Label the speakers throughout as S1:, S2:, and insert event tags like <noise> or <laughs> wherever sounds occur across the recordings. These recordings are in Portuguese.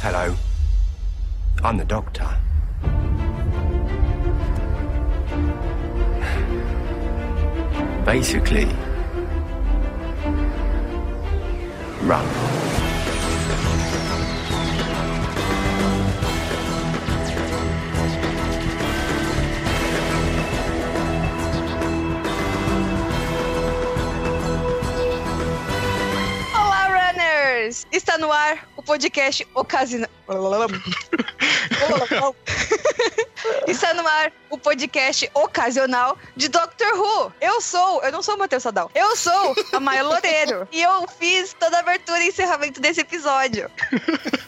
S1: Hello. I'm the doctor. Basically, run.
S2: Olá, runners! Está no ar o podcast ocasional. <laughs> Está no ar o podcast ocasional de Doctor Who. Eu sou, eu não sou o Matheus Sadal, eu sou a Maia Loureiro. e eu fiz toda a abertura e encerramento desse episódio.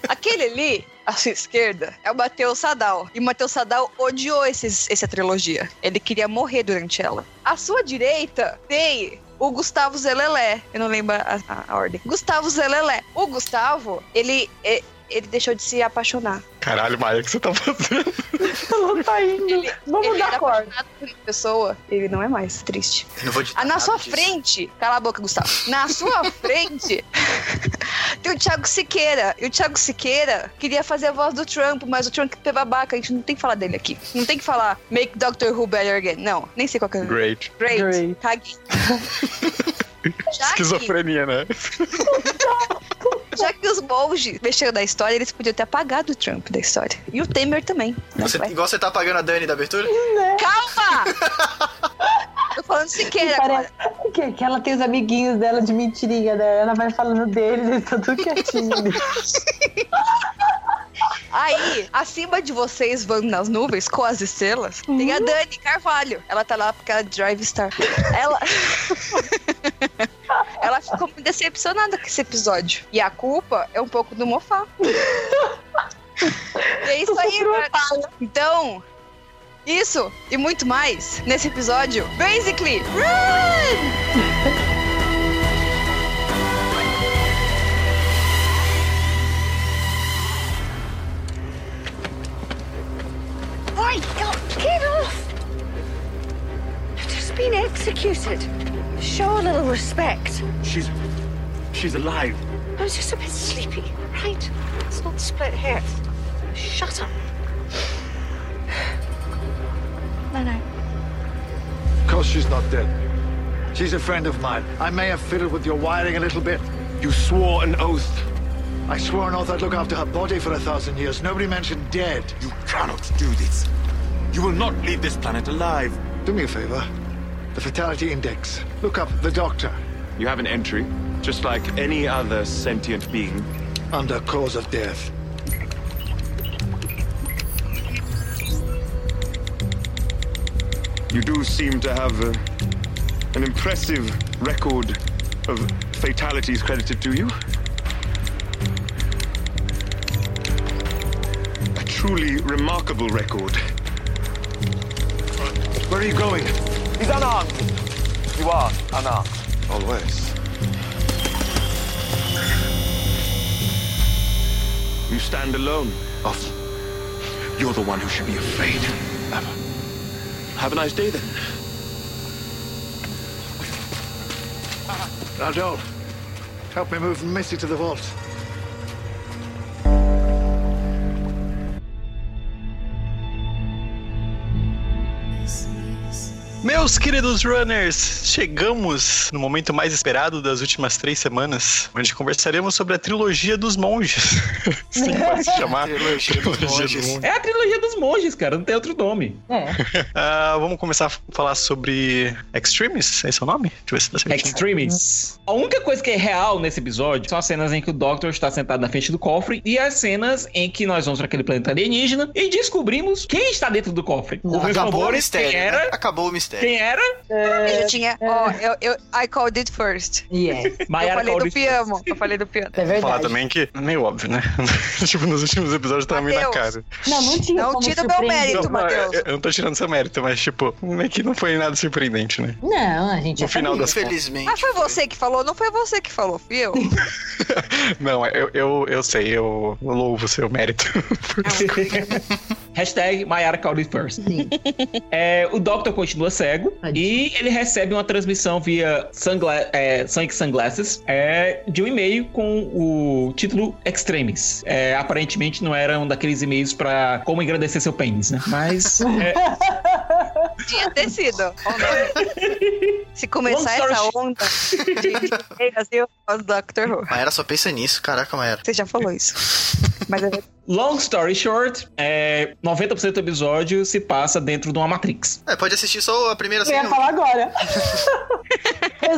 S2: Aquele ali, à sua esquerda, é o Matheus Sadal. E o Matheus Sadal odiou esses, essa trilogia. Ele queria morrer durante ela. À sua direita tem o Gustavo Zelelé. Eu não lembro a, a- a ordem. Gustavo Zelelé. O Gustavo, ele. é- ele deixou de se apaixonar.
S3: Caralho, Maia, o que você tá fazendo?
S4: Não tá indo.
S2: Ele-
S4: Vamos
S2: ele
S4: mudar
S2: era
S4: a corda.
S2: apaixonado por uma pessoa. Ele não é mais triste.
S5: Eu não vou editar
S2: Ah, na
S5: nada
S2: sua
S5: disso.
S2: frente, cala a boca, Gustavo. Na
S3: <laughs>
S2: sua frente tem o Thiago Siqueira. E o Thiago Siqueira queria fazer a voz do Trump, mas o Trump é babaca. A gente não tem que falar dele aqui. Não tem que falar Make Doctor Who Better Again. Não, nem sei qual que é. Great.
S3: Great.
S4: Great.
S3: <laughs>
S2: Caguei. Já que-
S3: Esquizofrenia, né?
S2: Já que os Bolge mexeram da história, eles podiam ter apagado o Trump da história. E o Temer também.
S5: Você-
S2: Vai.
S5: igual você tá apagando a Dani da abertura?
S2: Calma!
S3: <laughs>
S2: Tô falando Siqueira agora.
S4: Parece que, que ela tem os amiguinhos dela de mentirinha, né? Ela vai falando deles, eles estão tudo quietinho. <laughs>
S2: Aí, acima de vocês voando nas nuvens com as estrelas, tem a Dani Carvalho. Ela tá lá porque ela é Drive Star. Ela. <laughs> ela ficou muito decepcionada com esse episódio. E a culpa é um pouco do Mofá. E é isso aí, mano. Então, isso e muito mais nesse episódio. Basically, run!
S6: Why, God, oh, get off! I've just been executed. Show a little respect.
S7: She's. She's alive.
S6: I was just a bit sleepy, right? It's not split hair. Shut up. No, no.
S7: Of course, she's not dead. She's a friend of mine. I may have fiddled with your wiring a little bit. You swore an oath. I swore an oath I'd look after her body for a thousand years. Nobody mentioned dead.
S8: You cannot do this. You will not leave this planet alive.
S7: Do me a favor. The fatality index. Look up the doctor.
S8: You have an entry, just like any other sentient being.
S7: Under cause of death.
S8: You do seem to have uh, an impressive record of fatalities credited to you. A truly remarkable record.
S7: Where are you going?
S9: He's unarmed. You are unarmed.
S7: Always.
S8: You stand alone.
S7: Off.
S8: You're the one who should be afraid.
S7: Never.
S8: Have a nice day then.
S7: Now, Dole. Help me move Missy to the vault.
S10: Meus queridos runners, chegamos no momento mais esperado das últimas três semanas, onde conversaremos sobre a trilogia dos monges. Sim, pode se chamar.
S5: Trilogia dos monges.
S4: É a trilogia dos monges, cara. Não tem outro nome. É.
S10: <laughs> Ah, vamos começar a falar sobre Extremis, esse é o nome? Deixa eu ver se dá certo.
S11: Extremis. A única coisa que é real nesse episódio são as cenas em que o Doctor está sentado na frente do cofre e as cenas em que nós vamos para aquele planeta alienígena e descobrimos quem está dentro do cofre. Os
S5: Ah, Acabou o
S11: favores,
S5: mistério.
S11: quem
S5: né?
S11: era?
S5: Acabou o mistério.
S11: Quem era?
S2: Eu tinha. Ó, eu, eu. I called it first.
S4: Yes.
S2: Eu
S11: Maiara
S2: falei do
S11: Paulista.
S2: piano. Eu falei do piano.
S4: É verdade.
S10: Falar também que é meio óbvio, né? <laughs> tipo, nos últimos episódios tava meio na
S2: Mateus.
S10: cara.
S4: Não, não tinha
S2: Não
S4: como
S2: tira o meu
S4: surpreender.
S2: mérito.
S10: Não, não, eu,
S2: Mateus.
S10: eu não tô tirando seu mérito, mas tipo, é que não foi nada surpreendente, né?
S4: Não, a gente é né?
S10: No final das contas.
S5: Infelizmente.
S2: Ah, foi você que falou? Não foi você que falou, fui eu.
S10: <laughs> Não, eu, eu, eu sei, eu louvo seu mérito.
S11: <laughs> Hashtag Mayara Caudy First. É, o Doctor continua cego e ele recebe uma transmissão via sungla é, Sonic Sunglasses é, de um e-mail com o título Extremis. É, aparentemente não era um daqueles e-mails pra como engrandecer seu pênis, né? Mas. <laughs> é,
S2: Tinha tecido. Ou não. Se começar essa onda de de meias, eu faço Doctor Who.
S5: Maera só pensa nisso, caraca, Maera.
S2: Você já falou isso. Mas é verdade.
S11: Long story short, é, 90% do episódio se passa dentro de uma Matrix.
S5: É, pode assistir só a primeira
S10: Assim,
S4: Eu ia
S5: cena.
S4: falar
S10: <laughs>
S4: agora.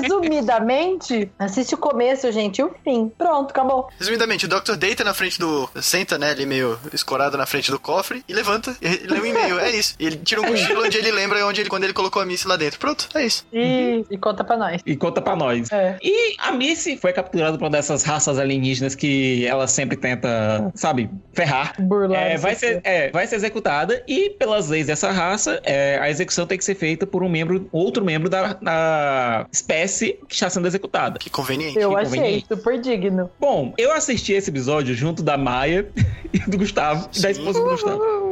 S4: Resumidamente, assiste o começo, gente, e o fim. Pronto, acabou.
S5: Resumidamente, o Dr. deita na frente do. Senta, né? Ele meio escorado na frente do cofre e levanta e lê um e-mail. É isso. E ele tira um cochilo onde ele lembra onde ele, quando ele colocou a Missy lá dentro. Pronto, é isso.
S4: E, e conta pra nós.
S11: E conta pra nós.
S4: É.
S11: E a Missy foi capturada por uma dessas raças alienígenas que ela sempre tenta, sabe, ferrar.
S4: Burlar.
S11: É,
S4: não
S11: vai,
S4: sei
S11: ser,
S4: o quê.
S11: é, vai ser executada e, pelas leis dessa raça, é, a execução tem que ser feita por um membro, outro membro da, da espécie que está sendo executada.
S5: Que conveniente.
S4: Eu
S11: que
S4: achei
S11: conveniente.
S4: super digno. <laughs>
S11: Bom, eu assisti esse episódio junto da Maia <laughs> e do Gustavo, e da esposa do Gustavo.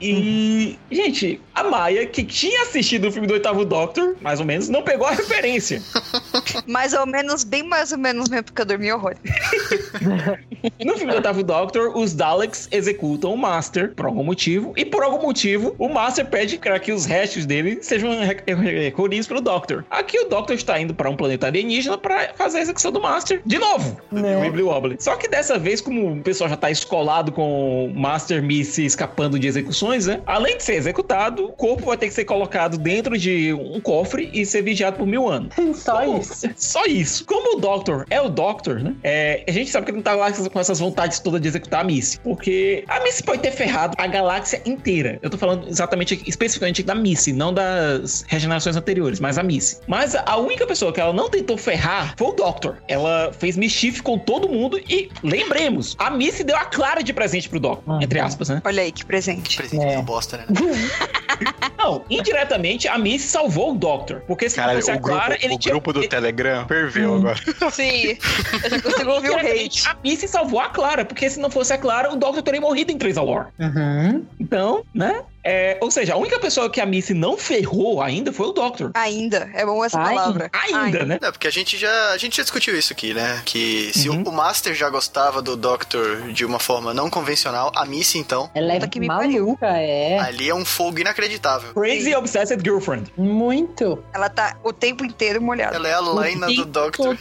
S11: E, gente, a Maia, que tinha assistido o filme do Oitavo Doctor, mais ou menos, não pegou a referência.
S2: Mais ou menos, bem mais ou menos mesmo, porque eu dormi horror.
S11: No filme do Oitavo Doctor, os Daleks executam o Master por algum motivo, e por algum motivo, o Master pede pra que os restos dele sejam re- re- recolhidos pelo Doctor. Aqui o Doctor está indo pra um planeta alienígena pra fazer a execução do Master de novo.
S4: Né?
S11: Wibbly Wobbly. Só que dessa vez, como o pessoal já tá escolado com o Master Missy escapando de execuções, né? Além de ser executado, o corpo vai ter que ser colocado dentro de um cofre e ser vigiado por mil anos.
S4: Só
S11: Como-
S4: isso.
S11: Só isso. Como o Doctor é o Doctor, né? É, a gente sabe que ele não tá lá com essas vontades todas de executar a Missy. Porque a Missy pode ter ferrado a galáxia inteira. Eu tô falando exatamente, aqui, especificamente da Missy, não das regenerações anteriores, mas a Missy. Mas a única pessoa que ela não tentou ferrar foi o Doctor. Ela fez mischief com todo mundo e, lembremos, a Missy deu a Clara de presente pro Doctor, entre aspas, né?
S2: Olha aí que presente.
S5: Presente
S4: É.
S5: é. bosta, né?
S11: Não, indiretamente, a Missy salvou o Doctor. Porque se não
S10: Caralho,
S11: fosse a
S10: o grupo,
S11: Clara, ele
S10: o
S11: tinha...
S10: grupo do Telegram perveu agora.
S2: Sim, eu já consigo ouvir o hate.
S11: Indiretamente, A Missy salvou a Clara, porque se não fosse a Clara, o Doctor teria morrido em Três ao War.
S4: Uhum.
S11: Então, né? É, ou seja, a única pessoa que a Missy não ferrou ainda foi o Doctor.
S2: Ainda, é bom essa
S4: Ai.
S2: palavra.
S11: Ainda, né?
S5: É, porque a gente já a gente já discutiu isso aqui, né? Que se o-
S4: Uhum.
S5: o Master já gostava do Doctor de uma forma não convencional, a Missy então,
S4: Ela
S2: Puta que
S4: é
S2: me pariu.
S4: maluca, é.
S5: ali é um fogo inacreditável.
S11: Crazy Obsessed Girlfriend.
S4: Muito.
S2: Ela tá o tempo inteiro molhada.
S5: Ela é a Laina do Doctor.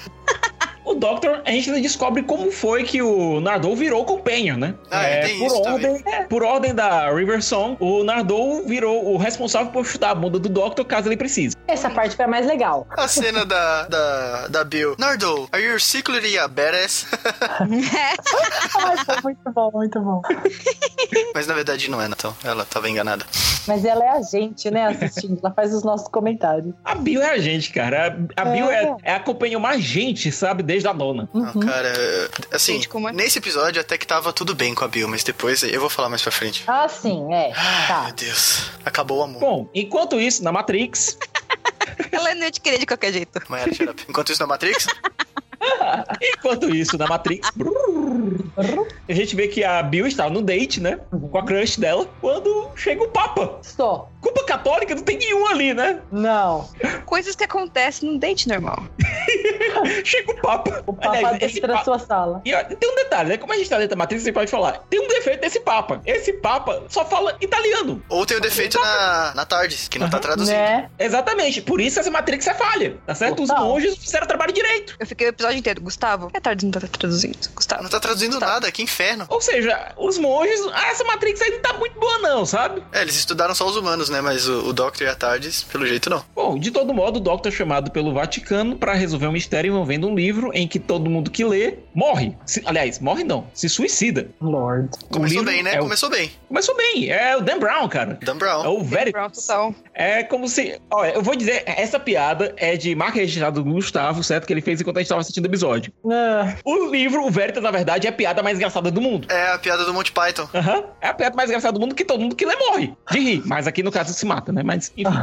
S11: O Doctor, a gente ainda descobre como foi que o Nardou virou Companion, né?
S5: Ah, é, tem
S11: por,
S5: isso também.
S11: ordem, é, por ordem da River Song, o Nardou virou o responsável por chutar a bunda do Doctor caso ele precise.
S4: Essa parte foi a mais legal.
S5: A cena da, da, da Bill. Nardo, are you secretly a badass?
S4: <laughs>
S5: <laughs>
S4: Ai, foi muito bom, muito bom.
S5: Mas na verdade não é, então. Ela tava enganada.
S4: Mas ela é a gente, né, assistindo. Ela faz os nossos comentários.
S11: A Bill é a gente, cara. A, a Bill é, é a Companion mais gente, sabe? Desde a nona.
S5: Não, cara, é- assim,
S2: Gente, como é?
S5: nesse episódio até que tava tudo bem com a Bill, mas depois eu vou falar mais pra frente.
S4: Ah, sim, é.
S5: Ai,
S11: Ah.
S4: Tá.
S5: meu Deus. Acabou o amor.
S11: Bom, enquanto isso, na Matrix,
S2: Ela é não ia te querer de qualquer jeito.
S5: Mayara, shut up. Enquanto isso na
S11: <laughs>
S5: Matrix,
S11: Enquanto isso, na Matrix, a gente vê que a Bill estava no date, né? Com a crush dela, quando chega o Papa.
S4: Só.
S11: Culpa católica não tem nenhum ali, né?
S4: Não.
S2: Coisas que acontecem num date normal.
S11: Chega o Papa.
S4: O papai
S11: Aliás,
S4: dentro
S11: esse
S4: da
S11: Papa-
S4: sua sala.
S11: E ó, tem um detalhe, né? Como a gente tá dentro da Matrix, você pode falar. Tem um defeito desse Papa. Esse Papa só fala italiano.
S5: ou tem o defeito na, na tarde, que não
S11: Uhum.
S5: tá traduzindo.
S4: Né?
S11: Exatamente. Por isso essa Matrix é falha, tá certo? Os
S4: Total.
S11: monges fizeram trabalho direito.
S2: Eu fiquei o episódio inteiro. Gustavo, é tarde não tá traduzindo. Gustavo.
S5: Não tá traduzindo nada, que inferno.
S11: Ou seja, os monges... Ah, essa Matrix aí não tá muito boa não, sabe?
S5: É, eles estudaram só os humanos, né? Mas o, o Doctor e a Tardes, pelo jeito, não.
S11: Bom, de todo modo, o Doctor é chamado pelo Vaticano para resolver um mistério envolvendo um livro em que todo mundo que lê morre. Se- aliás, morre não, se suicida.
S4: Lord.
S11: O
S5: Começou
S11: livro
S5: bem, né?
S11: é o-
S5: Começou bem.
S11: Começou bem, é o Dan Brown, cara.
S5: Dan
S11: É
S5: Brown.
S11: o Very.
S2: Pronto, então.
S11: É como se. Olha, eu vou dizer, essa piada é de marca registrada do Gustavo, certo? Que ele fez enquanto a gente tava assistindo o episódio.
S4: Ah,
S11: O livro, o Veritas, na verdade, é a piada mais engraçada do mundo.
S5: É a piada do Monty Python.
S11: Aham. É a piada mais engraçada do mundo que todo mundo que lê morre. De rir. Mas aqui no caso se mata, né? Mas, enfim.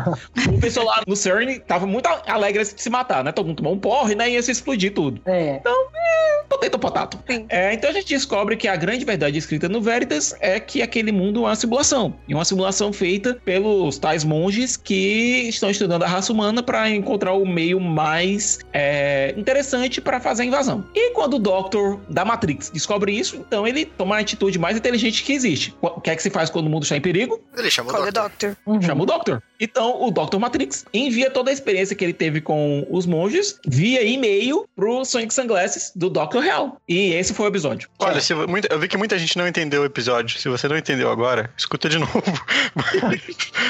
S11: o pessoal lá no CERN tava muito alegre de se matar, né? Todo mundo tomou um corre, né? Ia se explodir tudo. Então, é. Potato, potato. É, então a gente descobre que a grande verdade escrita no Veritas é que aquele mundo é uma simulação. E uma simulação feita pelos tais monges que estão estudando a raça humana para encontrar o meio mais é, interessante para fazer a invasão. E quando o Doctor da Matrix descobre isso, então ele toma a atitude mais inteligente que existe. O que é que se faz quando o mundo está em perigo?
S5: Ele chama
S11: é,
S2: o Doctor.
S5: Uhum.
S4: Uhum.
S11: Chama o Doctor. Então, o Dr. Matrix envia toda a experiência que ele teve com os monges via e-mail pro Sonic Sunglasses do Dr. Real. E esse foi o episódio.
S10: <laughs> Olha, se, muita- eu vi que muita gente não entendeu o episódio. Se você não entendeu agora, escuta de <laughs> novo.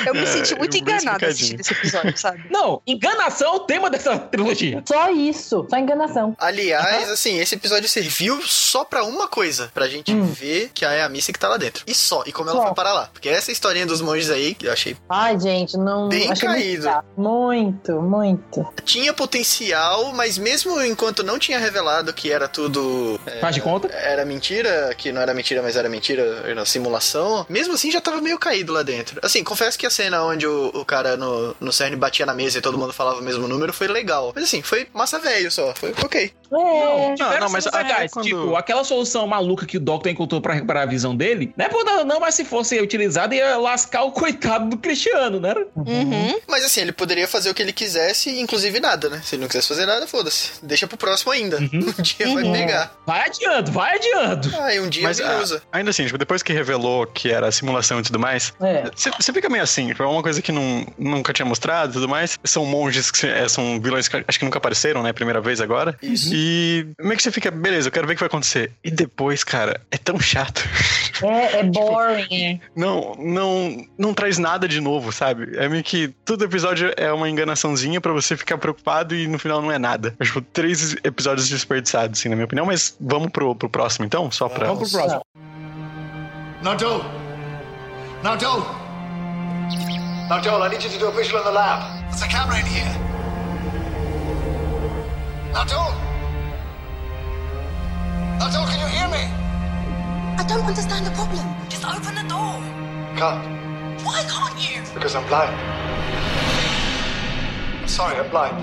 S2: Eu
S10: É,
S2: me senti muito
S10: bem
S2: enganada
S10: explicadinho.
S2: assistindo esse episódio, sabe?
S11: Não, enganação é o tema dessa trilogia.
S4: Só isso, só enganação.
S5: Aliás, assim, esse episódio serviu só pra uma coisa, pra gente
S11: Hum.
S5: ver que é a Missy que tá lá dentro. E só, e como ela
S4: Só.
S5: foi parar lá. Porque essa historinha dos monges aí, eu achei
S4: Ai, gente, não.
S5: Bem
S4: achei
S5: caído.
S4: Muito, muito, muito.
S5: tinha potencial, mas mesmo enquanto não tinha revelado que era tudo. é,
S11: Faz de conta?
S5: Era mentira, que não era mentira, mas era mentira, era simulação. Mesmo assim, já tava meio caído lá dentro. Assim, confesso que a cena onde o, o cara no, no CERN batia na mesa e todo mundo falava o mesmo número foi legal. Mas assim, foi massa velho só. Foi ok.
S4: É.
S10: Não, não, mas
S11: Diversos
S10: até
S11: legais,
S10: quando-
S11: Tipo, aquela solução maluca que o Doctor encontrou pra recuperar a visão dele, não é por nada não, mas se fosse utilizada ia lascar o coitado do Cristiano, né?
S2: Uhum.
S5: Mas assim, ele poderia fazer o que ele quisesse, inclusive nada, né? Se ele não quisesse fazer nada, foda-se. Deixa pro próximo ainda. <laughs> Um dia vai pegar.
S11: Vai adiando, vai adiando.
S5: Ah, e um dia
S10: Mas
S5: ele
S10: ah,
S5: usa.
S10: ainda assim, tipo, depois que revelou que era simulação e tudo mais,
S4: É.
S10: Você você fica meio assim, tipo, é uma coisa que não, nunca tinha mostrado e tudo mais. São monges, que se- é, são vilões que acho que nunca apareceram, né? Primeira vez agora.
S5: Isso.
S10: E meio que você fica, beleza, eu quero ver o que vai acontecer. E depois, cara, é tão chato. <laughs>
S4: É, é boring.
S10: Não, não, não traz nada de novo, sabe? É meio que todo episódio é uma enganaçãozinha pra você ficar preocupado e no final não é nada. É, tipo, três episódios desperdiçados, assim, na minha opinião. Mas vamos pro, pro próximo, então? Só pra...
S11: Vamos pro próximo.
S7: Nardole! Nardole! Nardole, I need you to do a visual in the lab. There's a camera in here. Nardole! Nardole, can you hear me?
S6: I don't understand the problem. Just open the door.
S7: Can't,
S6: Why can't you?
S7: because I'm blind. I'm sorry, I'm blind.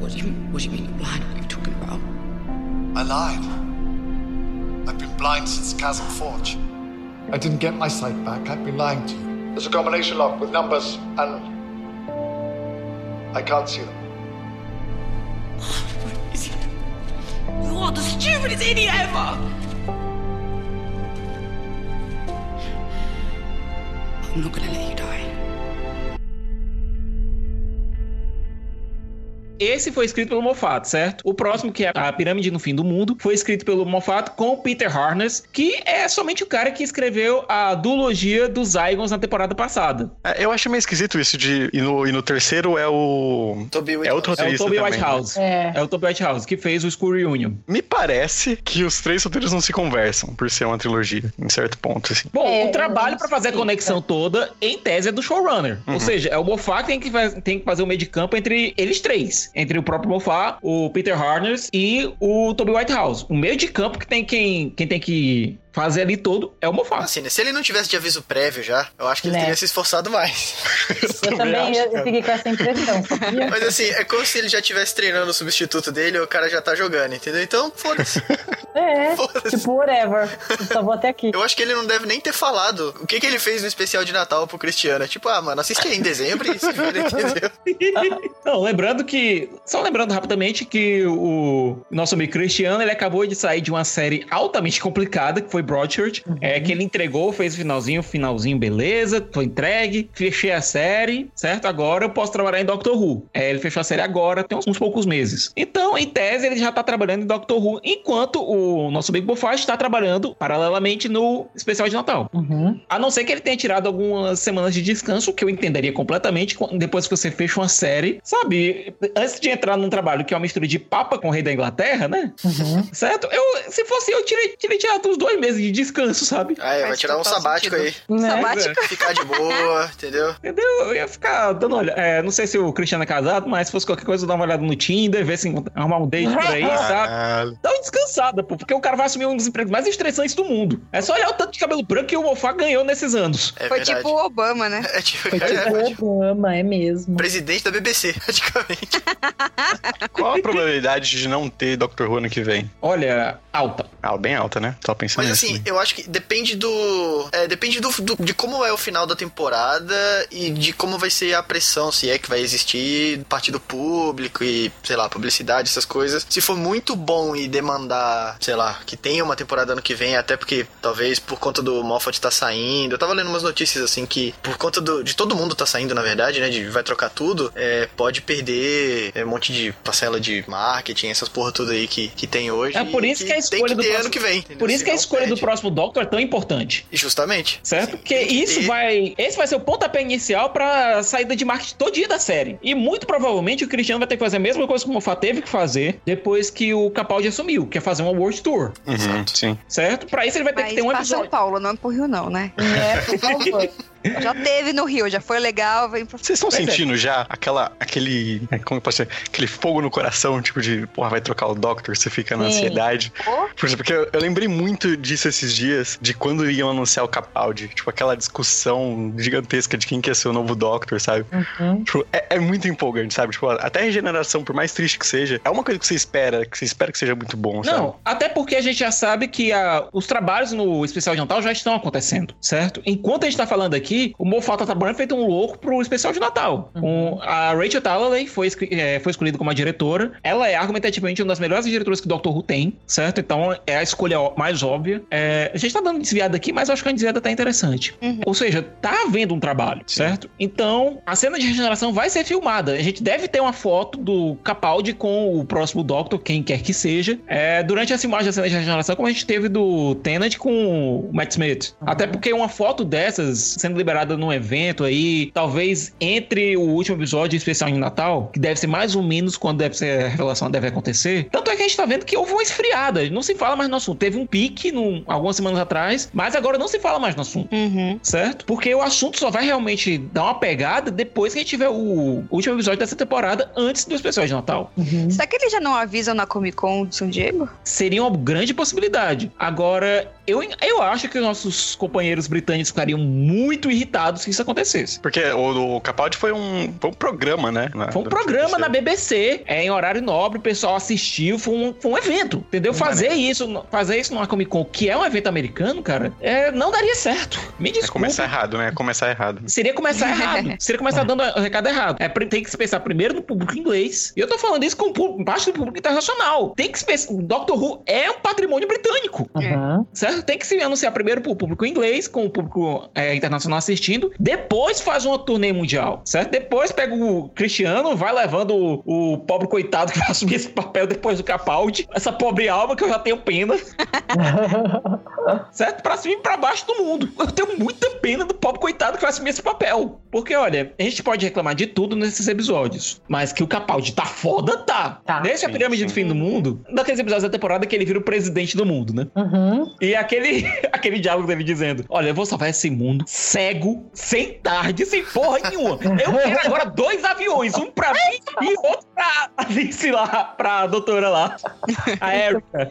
S6: What do you What do you mean blind? What are you talking about?
S7: I lied. I've been blind since Chasm Forge. I didn't get my sight back. I've been lying to you. There's a combination lock with numbers and. I can't see them.
S6: You are the stupidest idiot ever. I'm not gonna let you die.
S11: Esse foi escrito pelo Moffat, certo? O próximo, que é A Pirâmide no Fim do Mundo, foi escrito pelo Moffat com o Peter Harness, que é somente o cara que escreveu a duologia dos Zygons na temporada passada.
S10: É, Eu acho meio esquisito isso de... E no, e no terceiro é o...
S5: Toby
S10: É
S5: Whithouse.
S10: outro
S11: É o
S10: roteirista
S11: Toby
S10: também.
S11: Whitehouse.
S4: É.
S11: É o Toby Whitehouse, que fez o School Reunion.
S10: Me parece que os três roteiros não se conversam, por ser uma trilogia, em certo ponto, assim.
S11: Bom,
S4: É,
S11: o trabalho pra fazer a
S4: sim,
S11: conexão toda, em tese, é do showrunner. Ou seja, é o Moffat que tem que, faz- tem que fazer o meio de campo entre eles três. Entre o próprio Moffat, o Peter Harness e o Toby Whitehouse. O meio de campo que tem quem, quem tem que fazer ali todo é o Moffat.
S5: Assim, né? Se ele não tivesse de aviso prévio já, eu acho que ele
S4: Né.
S5: teria se esforçado mais.
S4: Eu também eu- eu fiquei com essa impressão, sabia?
S5: Mas assim, é como se ele já estivesse treinando o substituto dele e o cara já tá jogando, entendeu? Então,
S4: <laughs>
S5: foda-se.
S4: É, tipo, whatever. Eu só vou até aqui.
S5: Eu acho que ele não deve nem ter falado o que, que ele fez no especial de Natal pro Cristiano. É tipo, ah, mano, assiste aí em dezembro e se vira, entendeu?
S11: Não, lembrando que. Só lembrando rapidamente que o nosso amigo Cristiano ele acabou de sair de uma série altamente complicada, que foi Broadchurch. É que ele entregou, fez o finalzinho, finalzinho, beleza, foi entregue, fechei a série, certo? Agora eu posso trabalhar em Doctor Who. É, ele fechou a série agora, tem uns, uns poucos meses. Então, em tese, ele já tá trabalhando em Doctor Who, enquanto o nosso amigo Bofast está trabalhando paralelamente no especial de Natal.
S4: Uhum.
S11: A não ser que ele tenha tirado algumas semanas de descanso, que eu entenderia completamente co- depois que você fecha uma série, sabe? Antes de entrar num trabalho que é uma mistura de papa com o rei da Inglaterra, né?
S4: Uhum.
S11: Certo? Eu, se fosse eu, tirei, tirei tirado os dois meses de descanso, sabe?
S5: Ah, é, vai tirar um sabático aí.
S11: Né?
S5: Sabático? Ficar de boa, entendeu?
S11: Entendeu? Eu ia ficar dando olha. é, não sei se o Cristiano é casado, mas se fosse qualquer coisa, eu dar uma olhada no Tinder, ver se encontra- arrumar um date por aí, sabe? Dá uma descansada, pô, porque o cara vai assumir um dos empregos mais estressantes do mundo. É só olhar o tanto de cabelo branco que o Mofá ganhou nesses anos.
S2: Foi tipo o Obama, né?
S5: É tipo, <laughs>
S4: Foi tipo Obama, é mesmo.
S5: Presidente da BBC, <laughs> praticamente.
S10: Ah, Qual a probabilidade de não ter Dr. Who ano que vem?
S11: Olha, alta.
S10: Ah, bem alta, né? Tava pensando
S5: Mas
S10: nisso.
S5: assim,
S10: né?
S5: eu acho que depende do. é, depende do, do- de como é o final da temporada e de como vai ser a pressão, se é que vai existir parte do público e, sei lá, publicidade, essas coisas. Se for muito bom e demandar, sei lá, que tenha uma temporada ano que vem, até porque talvez por conta do Moffat tá saindo. Eu tava lendo umas notícias assim que, por conta do, de todo mundo tá saindo, na verdade, né? De vai trocar tudo, é, pode perder é, um monte de parcela de marketing, essas porra tudo aí que, que tem hoje.
S11: É por
S5: e
S11: isso que a
S5: tem
S11: escolha
S5: que
S11: do
S5: ter
S11: próximo...
S5: ano que vem. entendeu?
S11: Por isso que a
S5: Senão
S11: escolha do
S5: perde.
S11: próximo Doctor é tão importante.
S5: Justamente.
S11: Certo? Porque isso vai. Esse vai ser o pontapé inicial pra saída de marketing todinha da série. E muito provavelmente o Cristiano vai ter que fazer a mesma coisa que o Mofá teve que fazer depois que o Capaldi assumiu, que é fazer uma World Tour.
S10: Uhum, sim.
S11: Certo? Pra isso ele vai ter
S2: Mas
S11: que ter um
S2: pra São
S11: episódio.
S2: Paulo, não pro Rio, não, né?
S4: É, por favor.
S2: Já teve no Rio, já foi legal, vem pra...
S10: Vocês estão sentindo já aquela, aquele, é, como eu posso dizer, aquele fogo no coração, tipo de, porra, vai trocar o Doctor, você fica na
S4: Sim.
S10: ansiedade.
S2: Pô.
S10: Por exemplo, porque eu, eu lembrei muito disso esses dias, de quando iam anunciar o Capaldi, tipo, aquela discussão gigantesca de quem quer ser o novo Doctor, sabe?
S11: Uhum.
S10: Tipo, é, é muito empolgante, sabe? Tipo, até a regeneração, por mais triste que seja, é uma coisa que você espera, que você espera que seja muito bom, sabe?
S11: Não, até porque a gente já sabe que a- os trabalhos no especial de Natal já estão acontecendo, certo? Enquanto a gente tá falando aqui, o Mofá tá trabalhando feito um louco pro especial de Natal. Um- a Rachel Talalay foi, escri- eh, foi escolhida como a diretora. Ela é argumentativamente uma das melhores diretoras que o Dr. Who tem, certo? Então é a escolha ó- mais óbvia. É, a gente tá dando desviada aqui, mas eu acho que a desviada tá interessante. Ou seja, tá havendo um trabalho, certo? Então, a cena de regeneração vai ser filmada. A gente deve ter uma foto do Capaldi com o próximo Doctor, quem quer que seja, é, durante essa imagem da cena de regeneração, como a gente teve do Tennant com o Matt Smith. Até porque uma foto dessas sendo liberada num evento aí, talvez entre o último episódio especial de Natal, que deve ser mais ou menos quando deve ser, a revelação deve acontecer. Tanto é que a gente tá vendo que houve uma esfriada. Não se fala mais no assunto. Teve um pique num- algumas semanas atrás, mas agora não se fala mais no assunto
S2: Uhum.
S11: certo? Porque o assunto só vai realmente dar uma pegada depois que a gente tiver o último episódio dessa temporada antes do especial de Natal.
S4: Uhum.
S2: Será que eles já não avisam na Comic Con de São Diego?
S11: Seria uma grande possibilidade. Agora, eu, eu acho que os nossos companheiros britânicos ficariam muito irritados se isso acontecesse.
S10: Porque o, o Capaldi foi um, foi um programa, né? Na-
S11: Foi um programa na BBC, é em horário nobre, o pessoal assistiu, foi um, foi um evento, entendeu? Fazer isso, fazer isso numa Comic Con, que é um evento americano, cara, é, não daria certo. Me
S10: É
S11: desculpa.
S10: começar errado, né? É começar errado.
S11: Seria começar errado. Seria começar dando o recado errado. É, pri- tem que se pensar primeiro no público inglês. E eu tô falando isso com o público, parte do público internacional. Tem que se pensar. O Doctor Who é um patrimônio britânico.
S4: Aham.
S11: Certo? Tem que se anunciar primeiro pro público inglês, com o público é, internacional assistindo. Depois faz uma turnê mundial. Certo? Depois pega o Cristiano, vai levando o, o pobre coitado que <laughs> vai assumir esse papel depois do Capaldi. Essa pobre alma que eu já
S10: <laughs>
S11: tenho pena. certo? Pra cima e pra baixo do mundo. Eu tenho muita pena do pobre coitado que vai assumir esse papel. Porque, olha, a gente pode reclamar de tudo nesses episódios, mas que o Capaldi tá foda, tá.
S4: Tá.
S11: Desde a
S10: Sim,
S11: pirâmide do
S10: sim.
S11: fim do mundo, daqueles episódios da temporada que ele vira o presidente do mundo, né?
S4: Uhum.
S11: E aquele, <laughs> aquele diálogo dele dizendo: Olha, eu vou salvar esse mundo cego, sem tarde, sem porra nenhuma. Eu quero agora dois aviões, um pra mim e outro pra a Alice lá, pra doutora lá, a Erika.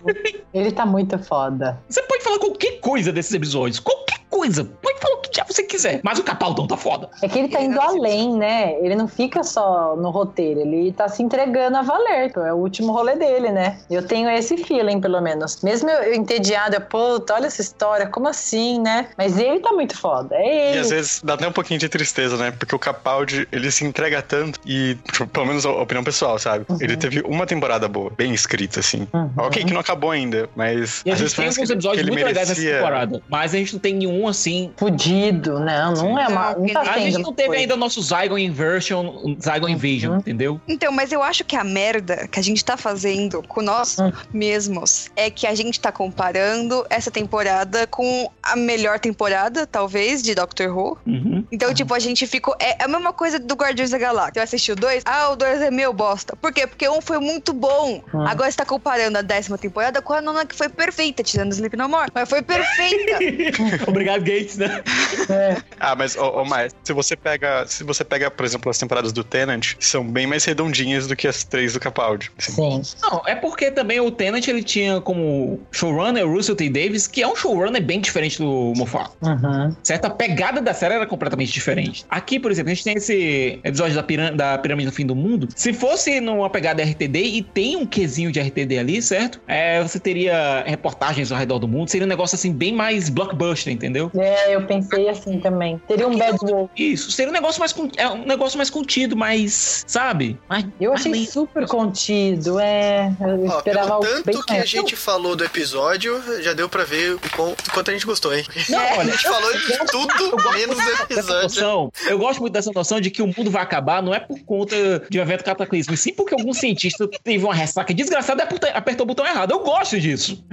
S4: Ele tá muito foda.
S11: Você pode falar qualquer coisa desses episódios. Qualquer coisa. Pode falar o que diabo você quiser. Mas o Capaldão tá foda.
S4: É que ele tá indo além, né? Ele não fica só no roteiro, ele tá se entregando a valer. É o último rolê dele, né? Eu tenho esse feeling, pelo menos. Mesmo eu, eu entediada, puta, olha essa história, como assim, né? Mas ele tá muito foda. É
S10: E
S4: ele.
S10: às vezes dá até um pouquinho de tristeza, né? Porque o Capaldi, ele se entrega tanto e, tipo, pelo menos a opinião pessoal, sabe?
S11: Uhum.
S10: Ele teve uma temporada boa, bem escrita, assim.
S4: Uhum.
S10: Ok, que não acabou ainda, mas
S11: E a
S10: às
S11: gente
S10: vezes
S11: tem
S10: parece que,
S11: alguns
S10: que
S11: episódios
S10: ele
S11: muito legais nessa
S10: merecia...
S11: temporada. Mas a gente não tem nenhum tão assim.
S4: Fudido, não, não é uma. Não tá
S11: a gente
S4: sendo
S11: não teve
S4: coisa.
S11: ainda o nosso Zygon Inversion, Zygon Invasion, entendeu?
S2: Então, mas eu acho que a merda que a gente tá fazendo com nós
S11: Ah.
S2: mesmos é que a gente tá comparando essa temporada com a melhor temporada, talvez, de Doctor Who.
S11: Uhum.
S2: Então, tipo, a gente ficou. É a mesma coisa do Guardiões da Galáxia. Eu assisti o 2, ah, o 2 é meu bosta. Por quê? Porque um foi muito bom.
S4: Hum.
S11: Ah.
S2: Agora você tá comparando a décima temporada com a nona que foi perfeita, tirando Sleep No More. Mas foi
S11: <laughs>
S2: perfeita.
S11: <laughs> Obrigado, Gates, né?
S4: É.
S10: Ah, mas, ô, ô Maia, se você pega, se você pega, por exemplo, as temporadas do Tenant, são bem mais redondinhas do que as três do Capaldi.
S4: Sim.
S11: Não, é porque também o Tennant ele tinha como showrunner o Russell T. Davis, que é um showrunner bem diferente do Moffat.
S4: Uhum.
S11: Certa pegada da série era completamente diferente. Aqui, por exemplo, a gente tem esse episódio da, piram- da Pirâmide do Fim do Mundo. Se fosse numa pegada RTD e tem um quesinho de RTD ali, certo? É, você teria reportagens ao redor do mundo. Seria um negócio assim bem mais blockbuster, entendeu?
S4: É, eu pensei assim também. Teria um bad wolf.
S11: Isso, seria um negócio mais con- é um negócio mais contido, mais, sabe? Mais-
S4: Eu achei
S11: mais-
S4: super contido, é. Eu
S5: Ó,
S4: esperava
S5: pelo
S4: algo
S5: tanto que a
S4: mais.
S5: gente falou do episódio, já deu pra ver o quão- o quanto a gente gostou, hein?
S11: Não,
S5: a
S11: olha,
S5: gente falou de tudo menos do
S11: dessa
S5: episódio.
S11: noção, eu gosto muito dessa noção de que o mundo vai acabar não é por conta de um evento cataclismo, e sim porque algum cientista teve uma ressaca desgraçada e aperta- apertou o botão errado. Eu gosto disso.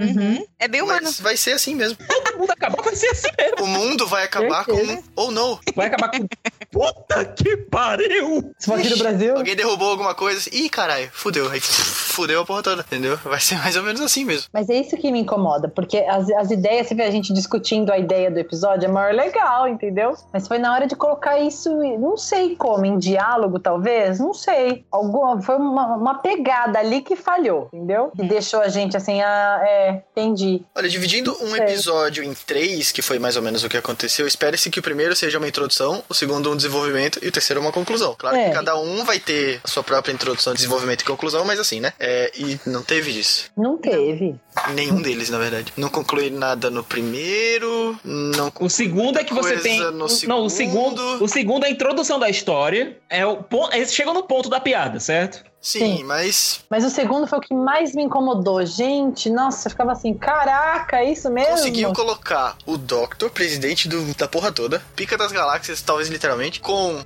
S2: É bem humano.
S5: Mas vai ser assim mesmo.
S11: O mundo acabar vai ser assim mesmo.
S5: O mundo vai acabar com.
S4: Certeza.
S5: Ou não.
S11: Vai acabar com. Puta que pariu!
S4: Se for <laughs> aqui do Brasil,
S5: Alguém derrubou alguma coisa assim. Ih, caralho, fudeu. Aí fudeu a porra toda, entendeu? Vai ser mais ou menos assim mesmo.
S4: Mas é isso que me incomoda, porque as, as ideias, você vê a gente discutindo a ideia do episódio, é maior legal, entendeu? Mas foi na hora de colocar isso, e- não sei como, em diálogo talvez, não sei. Alguma, foi uma, uma pegada ali que falhou, entendeu? E deixou a gente assim, ah, é, entendi.
S5: Olha, dividindo um
S4: Sei.
S5: episódio em três, que foi mais ou menos o que aconteceu, espere-se que o primeiro seja uma introdução, o segundo um desenvolvimento e o terceiro uma conclusão. Claro
S4: É.
S5: que cada um vai ter a sua própria introdução, desenvolvimento e conclusão, mas assim, né? É, e não teve disso.
S4: Não teve.
S5: Nenhum deles, na verdade. Não conclui nada no primeiro, não
S11: O segundo é que você
S5: Coisa
S11: tem.
S5: no
S11: Não, o
S5: segundo.
S11: segundo. O segundo é a introdução da história. É o pon- Eles chegam no ponto da piada, certo?
S5: Sim,
S4: Sim.
S5: mas
S4: Mas o segundo foi o que mais me incomodou. Gente, nossa, eu ficava assim, caraca, é isso mesmo?
S5: conseguiu colocar o Doctor, presidente do- da porra toda, pica das galáxias, talvez literalmente, com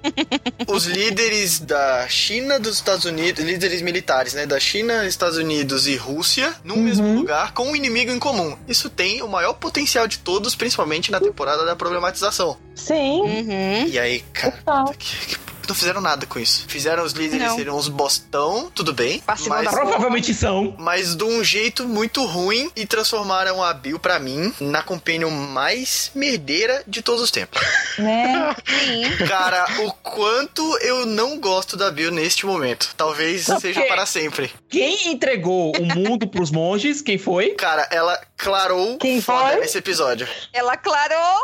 S5: os líderes da China, dos Estados Unidos, líderes militares, né, da China, Estados Unidos e Rússia, num mesmo lugar, com um inimigo em comum. Isso tem o maior potencial de todos, principalmente na temporada da problematização.
S4: Sim,
S2: Uhum.
S5: E aí, cara,
S4: total.
S5: que- que- não fizeram nada com isso. Fizeram os líderes
S2: Não.
S5: serem uns bostão, tudo bem,
S2: Vacilão
S5: mas
S2: da
S11: Provavelmente são.
S5: mas de um jeito muito ruim e transformaram a Bill pra mim na companion mais merdeira de todos os tempos.
S4: Né?
S5: Cara,
S11: <laughs>
S5: o quanto eu não gosto da Bill neste momento. Talvez
S11: Por
S5: seja
S11: quê?
S5: para sempre.
S11: Quem entregou o mundo pros monges? Quem foi?
S5: Cara, ela clarou
S4: Quem
S5: foda
S4: foi?
S5: nesse episódio.
S2: Ela clarou.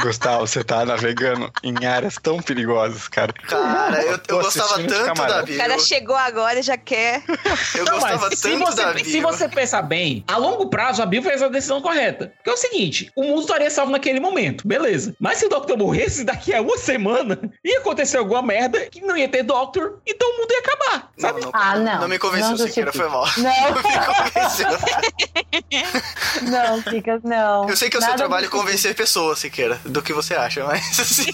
S10: Gustavo, você tá navegando em áreas tão perigosas, cara.
S5: Cara, eu, eu
S10: Tô
S5: gostava
S10: assistindo de
S5: tanto
S10: camarada.
S5: da
S2: O
S5: Bill.
S2: cara chegou agora e já quer.
S5: Eu
S11: Não, mas
S5: gostava
S11: se
S5: tanto da
S11: você,
S5: Bill.
S11: se você pensar bem, a longo prazo a Bill fez a decisão correta. Porque é o seguinte, o mundo estaria salvo naquele momento, beleza. Mas se o Doctor morresse daqui a uma semana, ia acontecer alguma merda que não ia ter Doctor, então o mundo ia acabar,
S5: Não,
S11: sabe?
S5: não,
S4: Ah, não.
S5: não me convenceu,
S4: Não
S5: Siqueira,
S4: justifica.
S11: tipo.
S5: foi mal. <laughs>
S4: Não,
S5: Não me convenceu.
S11: <laughs>
S4: não, fica, não.
S5: Eu sei que é o seu
S4: Nada
S5: trabalho é
S11: tipo.
S4: disso.
S5: convencer pessoas, Siqueira, do que você acha, mas <laughs> assim.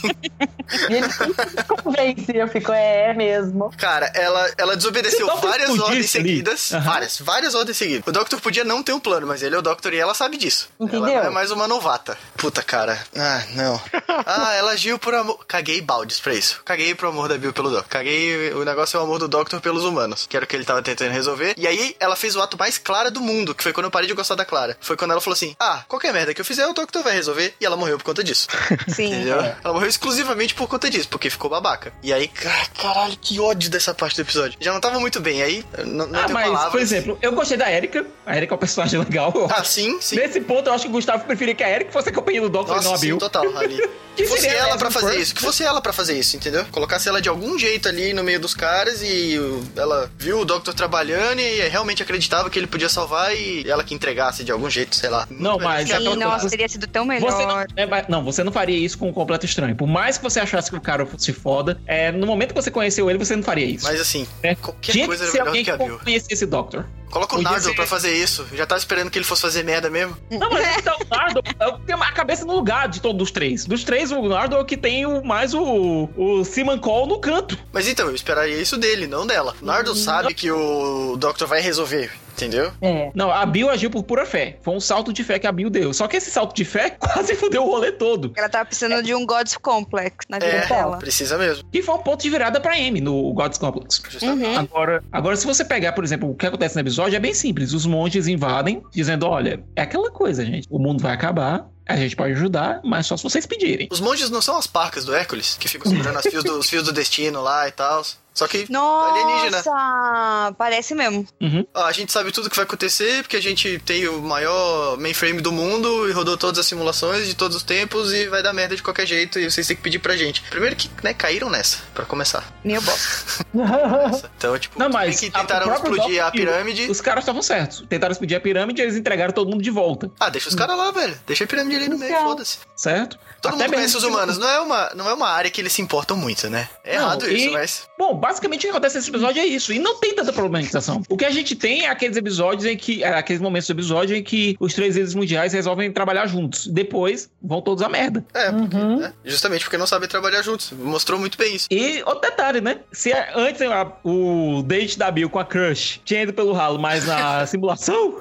S4: E ele sempre me convence, eu fico, é, é mesmo.
S5: Cara, ela, ela
S11: Se
S5: desobedeceu
S11: o Doctor
S5: várias
S11: explodisse
S5: ordens
S11: ali.
S5: seguidas.
S11: Aham.
S5: Várias, várias ordens seguidas. O Doctor podia não ter um plano, mas ele é o Doctor e ela sabe disso.
S4: Entendeu?
S5: Ela não é mais uma novata. Puta, cara. Ah,
S11: <laughs>
S5: não. Ah, ela agiu por amor. Caguei baldes pra isso. Caguei pro amor da Bill pelo Doctor. Caguei o negócio é o amor do Doctor pelos humanos, que era o que ele tava tentando resolver. E aí ela fez o ato mais claro do mundo, que foi quando eu parei de gostar da Clara. Foi quando ela falou assim: Ah, qualquer merda que eu fizer, o Doctor vai resolver. E ela morreu por conta disso.
S2: Sim.
S5: Entendeu?
S11: É.
S5: Ela morreu exclusivamente por conta disso, porque ficou babaca. E aí, ca- caralho, que ódio dessa parte do episódio. Já não tava muito bem, aí eu não, não
S11: Ah,
S5: tenho
S11: mas,
S5: palavras.
S11: por exemplo, eu gostei da Erika. A Erika é um personagem legal. eu
S5: Ah,
S11: acho.
S5: sim, sim.
S11: Nesse ponto, eu acho que o Gustavo preferia que a Erika fosse a companhia do Doctor e não
S5: Nossa,
S11: a
S5: sim,
S11: Bill.
S5: total,
S11: <laughs>
S5: ali.
S11: Que
S5: Que fosse
S11: seria né,
S5: ela
S11: Leslie
S5: pra fazer
S11: First.
S5: isso, que fosse ela pra fazer isso, entendeu? Colocasse ela de algum jeito ali no meio dos caras e o- ela viu o Doctor trabalhando e realmente acreditava que ele podia salvar e ela que entregasse de algum jeito, sei lá.
S11: Não, mas...
S2: Sim,
S11: aquela
S2: nossa,
S11: coisa-
S2: teria sido tão
S11: Você não,
S2: melhor.
S11: é, mas- não, você não faria isso com o completo estranho. Por mais que você achasse que o cara fosse foda, é, no momento que você conheceu ele, você não faria isso.
S5: Mas assim,
S11: É.
S5: qualquer
S11: Tinha que
S5: coisa
S11: ser
S5: era melhor
S11: alguém
S5: do que a Bill.
S11: conhecesse esse Doctor.
S5: Coloca o
S11: Podia
S5: Nardo
S11: ser-
S5: pra fazer isso. Já tava esperando que ele fosse fazer merda mesmo.
S11: Não, mas então, o Nardo é o que tem a cabeça no lugar de todos os três. Dos três, o Nardo é o que tem o, mais o, o Simon Cole no canto.
S5: Mas então, eu esperaria isso dele, não dela. Nardo
S2: Uhum.
S5: sabe que o Doctor vai resolver, entendeu?
S4: É.
S11: Não, a Bill agiu por pura fé. Foi um salto de fé que a Bill deu. Só que esse salto de fé <laughs> quase fudeu o rolê todo.
S2: Ela tava precisando de um God's Complex na vida
S11: É,
S2: dela.
S5: precisa mesmo.
S11: E foi um ponto de virada pra M no God's Complex.
S2: Uhum.
S11: Agora, agora, se você pegar, por exemplo, o que acontece no episódio, é bem simples. Os monges invadem, dizendo: olha, é aquela coisa, gente. O mundo vai acabar, a gente pode ajudar, mas só se vocês pedirem.
S5: Os monges não são as parcas do Hércules, que ficam segurando as fios do- os fios do destino lá e tal. Só que alienígena.
S2: Nossa, parece mesmo.
S11: Uhum.
S5: Ah, a gente sabe tudo o que vai acontecer, porque a gente tem o maior mainframe do mundo e rodou todas as simulações de todos os tempos e vai dar merda de qualquer jeito e vocês têm que pedir pra gente. Primeiro que, né, caíram nessa, pra começar.
S2: Meu bom.
S11: <laughs>
S2: Uhum.
S5: Então, tipo,
S11: Não, mas
S5: que tentaram explodir a pirâmide.
S11: Os caras estavam certos. Tentaram explodir a pirâmide e eles entregaram todo mundo de volta.
S5: Ah, deixa os caras lá, velho. Deixa a pirâmide ali no meio, foda-se.
S11: Certo?
S5: Todo
S11: Até
S5: mundo conhece
S11: mesmo
S5: os
S11: que-
S5: humanos, não é, uma, não é uma área que eles se importam muito, né? É
S11: Não,
S5: errado
S11: e-
S5: isso, mas.
S11: Bom, basicamente o que acontece nesse episódio é isso. E não tem tanta problematização. O que a gente tem é aqueles episódios em que. é aqueles momentos do episódio em que os três líderes mundiais resolvem trabalhar juntos. Depois vão todos à merda.
S5: É, porque,
S11: um
S4: Uhum.
S5: né, justamente porque não sabem trabalhar juntos. Mostrou muito bem isso.
S11: E outro detalhe, né? Se a- antes a- o date da Bill com a Crush tinha ido pelo ralo, mas na simulação,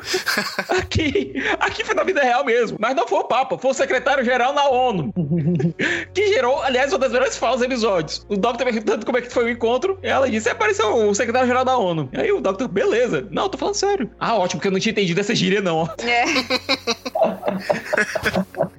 S11: aqui, aqui foi na vida real mesmo. Mas não foi o Papa, foi o secretário-geral na ONU. <laughs> Que gerou, aliás, uma das melhores falas dos episódios. O Doctor perguntando como é que foi o encontro, e ela disse: "É, apareceu o secretário-geral da ONU. E aí o Doctor, beleza. Não, tô falando sério. Ah, ótimo, que eu não tinha entendido essa gíria, não.
S2: É.
S11: <laughs>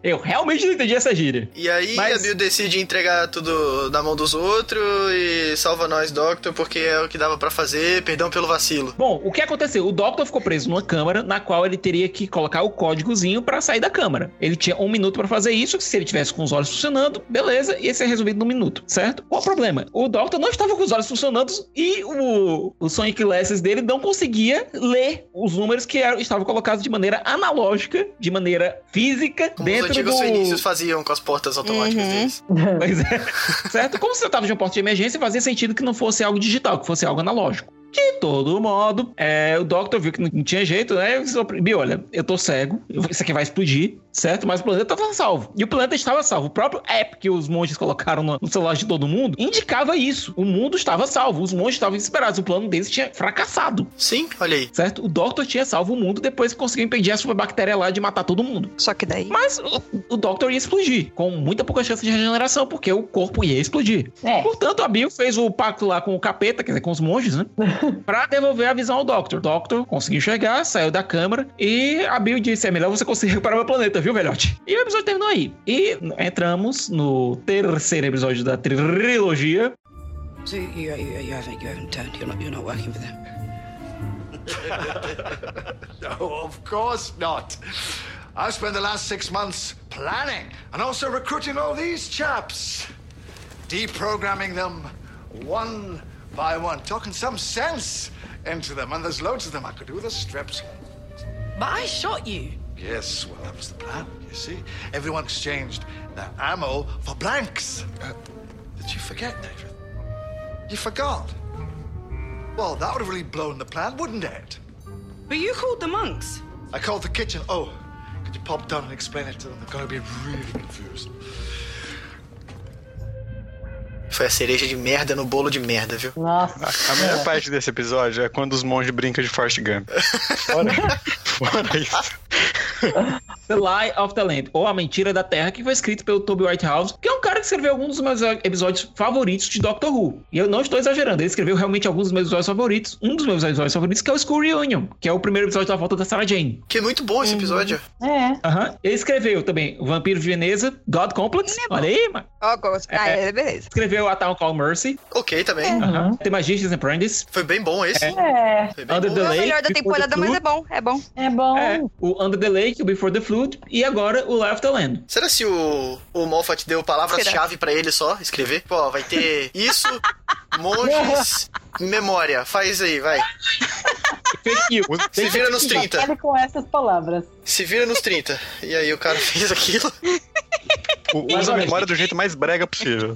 S11: Eu realmente não entendi essa gíria.
S5: E aí
S11: Mas-
S5: a Bill decide entregar tudo na mão dos outros e salva nós, Doctor, porque é o que dava pra fazer, perdão pelo vacilo.
S11: Bom, o que aconteceu? O Doctor ficou preso numa câmara na qual ele teria que colocar o códigozinho pra sair da câmara. Ele tinha um minuto pra fazer isso, se ele tivesse com os olhos funcionando, beleza, ia ser resolvido num minuto, certo? Qual o problema? O Doctor não estava com os olhos funcionando e o, o Sonic Glasses dele não conseguia ler os números que eram- estavam colocados de maneira analógica, de maneira física,
S5: Como os
S11: dentro
S5: antigos
S11: do... Uhum.
S5: fenícios faziam com as portas automáticas deles.
S11: Pois é. Certo? Como se tratava de um porta de emergência, fazia sentido que não fosse algo digital, que fosse algo analógico. De todo modo, é, o Doctor viu que não não tinha jeito, né? E falou pra- Bi, olha, eu tô cego, eu vou- isso aqui vai explodir, certo? Mas o planeta estava salvo. E o planeta estava salvo. O próprio app que os monges colocaram no, no celular de todo mundo indicava isso. O mundo estava salvo, os monges estavam desesperados, o plano deles tinha fracassado.
S5: Sim, olha aí.
S11: Certo? O Doctor tinha salvo o mundo depois que conseguiu impedir a superbactéria lá de matar todo mundo.
S2: Só que daí.
S11: Mas o, o Doctor ia explodir, com muita pouca chance de regeneração, porque o corpo ia explodir.
S4: É.
S11: Portanto, a Bill fez o pacto lá com o capeta, quer dizer, com os monges, né? pra devolver a visão ao Doctor. O Doctor conseguiu chegar, saiu da câmara e a Bill disse: é melhor você conseguir recuperar meu planeta, viu, velhote? E o episódio terminou aí. E entramos no terceiro episódio da trilogia.
S12: So you, you, you haven't you haven't turned. You're not you're not working for them.
S7: no, of course not. I've spent the last six months planning and also recruiting all these chaps, deprogramming them one by one, talking some sense into them. And there's loads of them I could do with a strip slot.
S12: But I shot you.
S7: Yes, well, that was the plan, you see. Everyone exchanged their ammo for blanks. Uh, did you forget, Nathan? You forgot? Well, that would have really blown the plan, wouldn't it?
S12: But you called the monks.
S7: I called the kitchen. Oh, could you pop down and explain it to them? They're going to be really confused.
S5: Foi a cereja de merda no bolo de merda, viu?
S4: Nossa.
S10: <laughs> A melhor parte desse episódio é quando os monges brincam de Forrest Gump. Fora isso.
S11: The Lie of the Land, ou A Mentira da Terra, que foi escrito pelo Toby Whitehouse, que é um cara que escreveu alguns dos meus episódios favoritos de Doctor Who. E eu não estou exagerando, ele escreveu realmente alguns dos meus episódios favoritos. Um dos meus episódios favoritos, que é o School Reunion, que é o primeiro episódio da volta da Sarah Jane.
S5: Que é muito bom
S11: Uhum.
S5: esse episódio.
S4: É.
S11: Aham. Ele escreveu também Vampiro de Veneza, God Complex. Olha aí, mano.
S2: Ó, gosto. Ah, é, beleza.
S11: Escreveu A Town Call Mercy.
S5: Ok também.
S11: Aham. The Magician's Apprentice.
S5: Foi bem bom esse.
S4: É.
S5: Foi bem
S11: Under
S5: bom.
S2: Não
S11: the
S2: é o
S11: Lake.
S2: melhor da
S11: Before the
S2: temporada, mas
S11: Flood.
S2: é bom. É bom.
S4: É bom.
S11: É, o Under the Lake, o Before the Flood e agora o Lie of the Land.
S5: Será se o, o Moffat deu palavras-chave pra ele só escrever? Pô, vai ter
S11: <laughs>
S5: isso, monges, memória. Faz aí, vai.
S11: Fake news.
S5: Se vira nos 30.
S4: Fale com essas palavras.
S5: <laughs> Se vira nos 30. E aí o cara fez aquilo.
S10: tipo, usa a memória do jeito mais brega possível.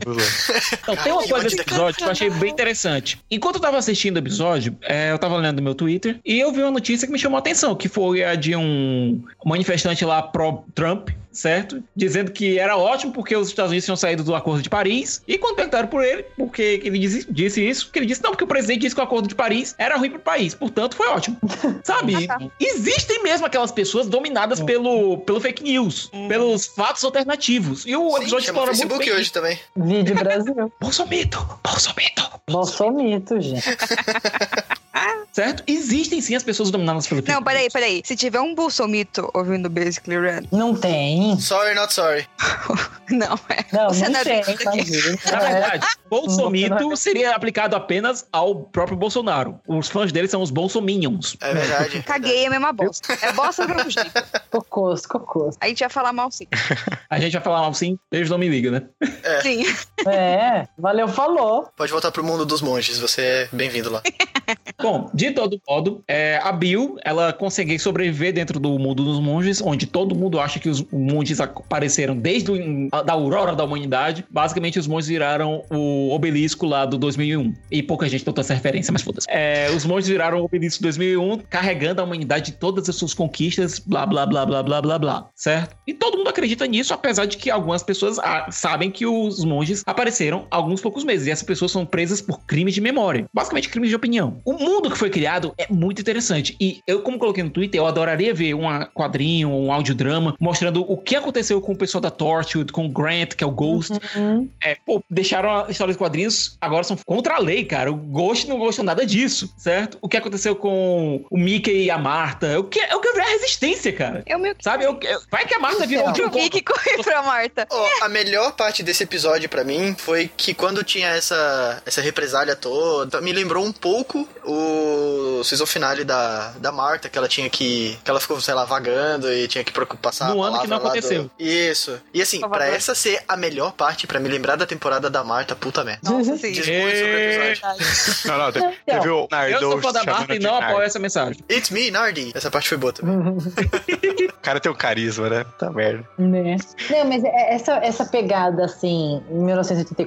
S11: Então, tem uma coisa desse episódio que eu achei bem interessante. Enquanto eu tava assistindo o episódio, é, eu tava lendo meu Twitter e eu vi uma notícia que me chamou a atenção, que foi a de um manifestante lá pró-Trump, certo? Dizendo que era ótimo porque os Estados Unidos tinham saído do Acordo de Paris. E quando perguntaram por ele, por que que ele disse, disse isso, que ele disse, não, porque o presidente disse que o Acordo de Paris era ruim pro país, portanto foi ótimo. Sabe? Existem mesmo aquelas pessoas dominadas pelo, pelo fake news,
S5: Uhum.
S11: pelos fatos alternativos. E o episódio
S5: chama
S11: explora muito
S5: é Facebook
S11: bem
S5: hoje também.
S4: Vide
S5: <laughs>
S4: Brasil.
S11: Bolsomito, Bolsomito.
S4: Bolsomito, gente.
S11: Certo? Existem sim as pessoas dominadas pelo
S2: Não, peraí, peraí. Se tiver um bolsomito ouvindo Basically Red, <laughs>
S4: Não tem.
S5: Sorry, not sorry.
S2: não, é.
S4: Não,
S2: O
S4: não
S2: cenário
S4: tem.
S2: disso aqui.
S4: imagina.
S2: <laughs>
S11: Na verdade,
S4: Bolsonaro.
S11: Bolsomito seria aplicado apenas ao próprio Bolsonaro. Os fãs dele são os Bolsominions.
S5: É
S11: <laughs>
S5: verdade.
S2: Caguei, é a mesma bosta. É bosta do mesmo jeito.
S4: É, Cocôs, cocôs.
S2: A gente ia falar mal sim.
S11: A gente vai falar mal sim, Deus não me liga, né?
S2: Sim.
S4: É, valeu, falou.
S5: Pode voltar pro mundo dos monges, você é bem-vindo lá.
S11: Bom, de todo modo, é, a Bill, ela consegue sobreviver dentro do mundo dos monges, onde todo mundo acha que os monges apareceram desde o- a- da aurora da humanidade. Basicamente, os monges viraram o obelisco lá do 2001. E pouca gente notou essa referência, mas foda-se. É, os monges viraram o obelisco 2001, carregando a humanidade de todas as suas conquistas, blá, blá, blá, blá, blá, blá, blá, certo? E todo mundo acredita nisso, apesar de que algumas pessoas ah, sabem que os monges apareceram há alguns poucos meses, e essas pessoas são presas por crimes de memória, basicamente crimes de opinião. O mundo que foi criado é muito interessante, e eu, como coloquei no Twitter, eu adoraria ver um quadrinho, um audiodrama, mostrando o que aconteceu com o pessoal da Torchwood, com o Grant, que é o Ghost, é, pô, deixaram a história dos quadrinhos, agora são contra a lei, cara. O Ghost não gostou nada disso, certo? O que aconteceu com o Mickey e a Marta. Eu quero, eu quero ver é a resistência, cara.
S2: Eu meio que.
S11: Sabe? Eu- eu- vai que a Marta virou um
S2: Eu vi
S11: Jim
S2: que corri pra Marta.
S5: Ó, a melhor parte desse episódio pra mim foi que quando tinha essa, essa represália toda, me lembrou um pouco o season finale da, da Marta, que ela tinha que. que ela ficou, sei lá, vagando e tinha que preocupar passar
S11: No
S5: a
S11: ano
S5: palavra
S11: que não
S5: lá do-
S11: aconteceu.
S5: Isso. E assim, pra
S2: Salvador.
S5: essa ser a melhor parte, pra me lembrar da temporada da Marta, puta merda.
S2: Nossa,
S4: <laughs>
S2: sim.
S5: Diz muito sobre o episódio.
S10: Não, não, te- teve o
S11: Eu
S10: Nardo
S11: sou fã da
S10: chamando
S11: Marta e
S10: de
S11: não
S10: Nardo.
S11: apoio essa mensagem.
S5: It's me, Nardi. Essa parte foi boa também.
S10: O cara tem um carisma, né? Tá merda.
S4: Né? Não, mas é- essa, essa pegada assim, em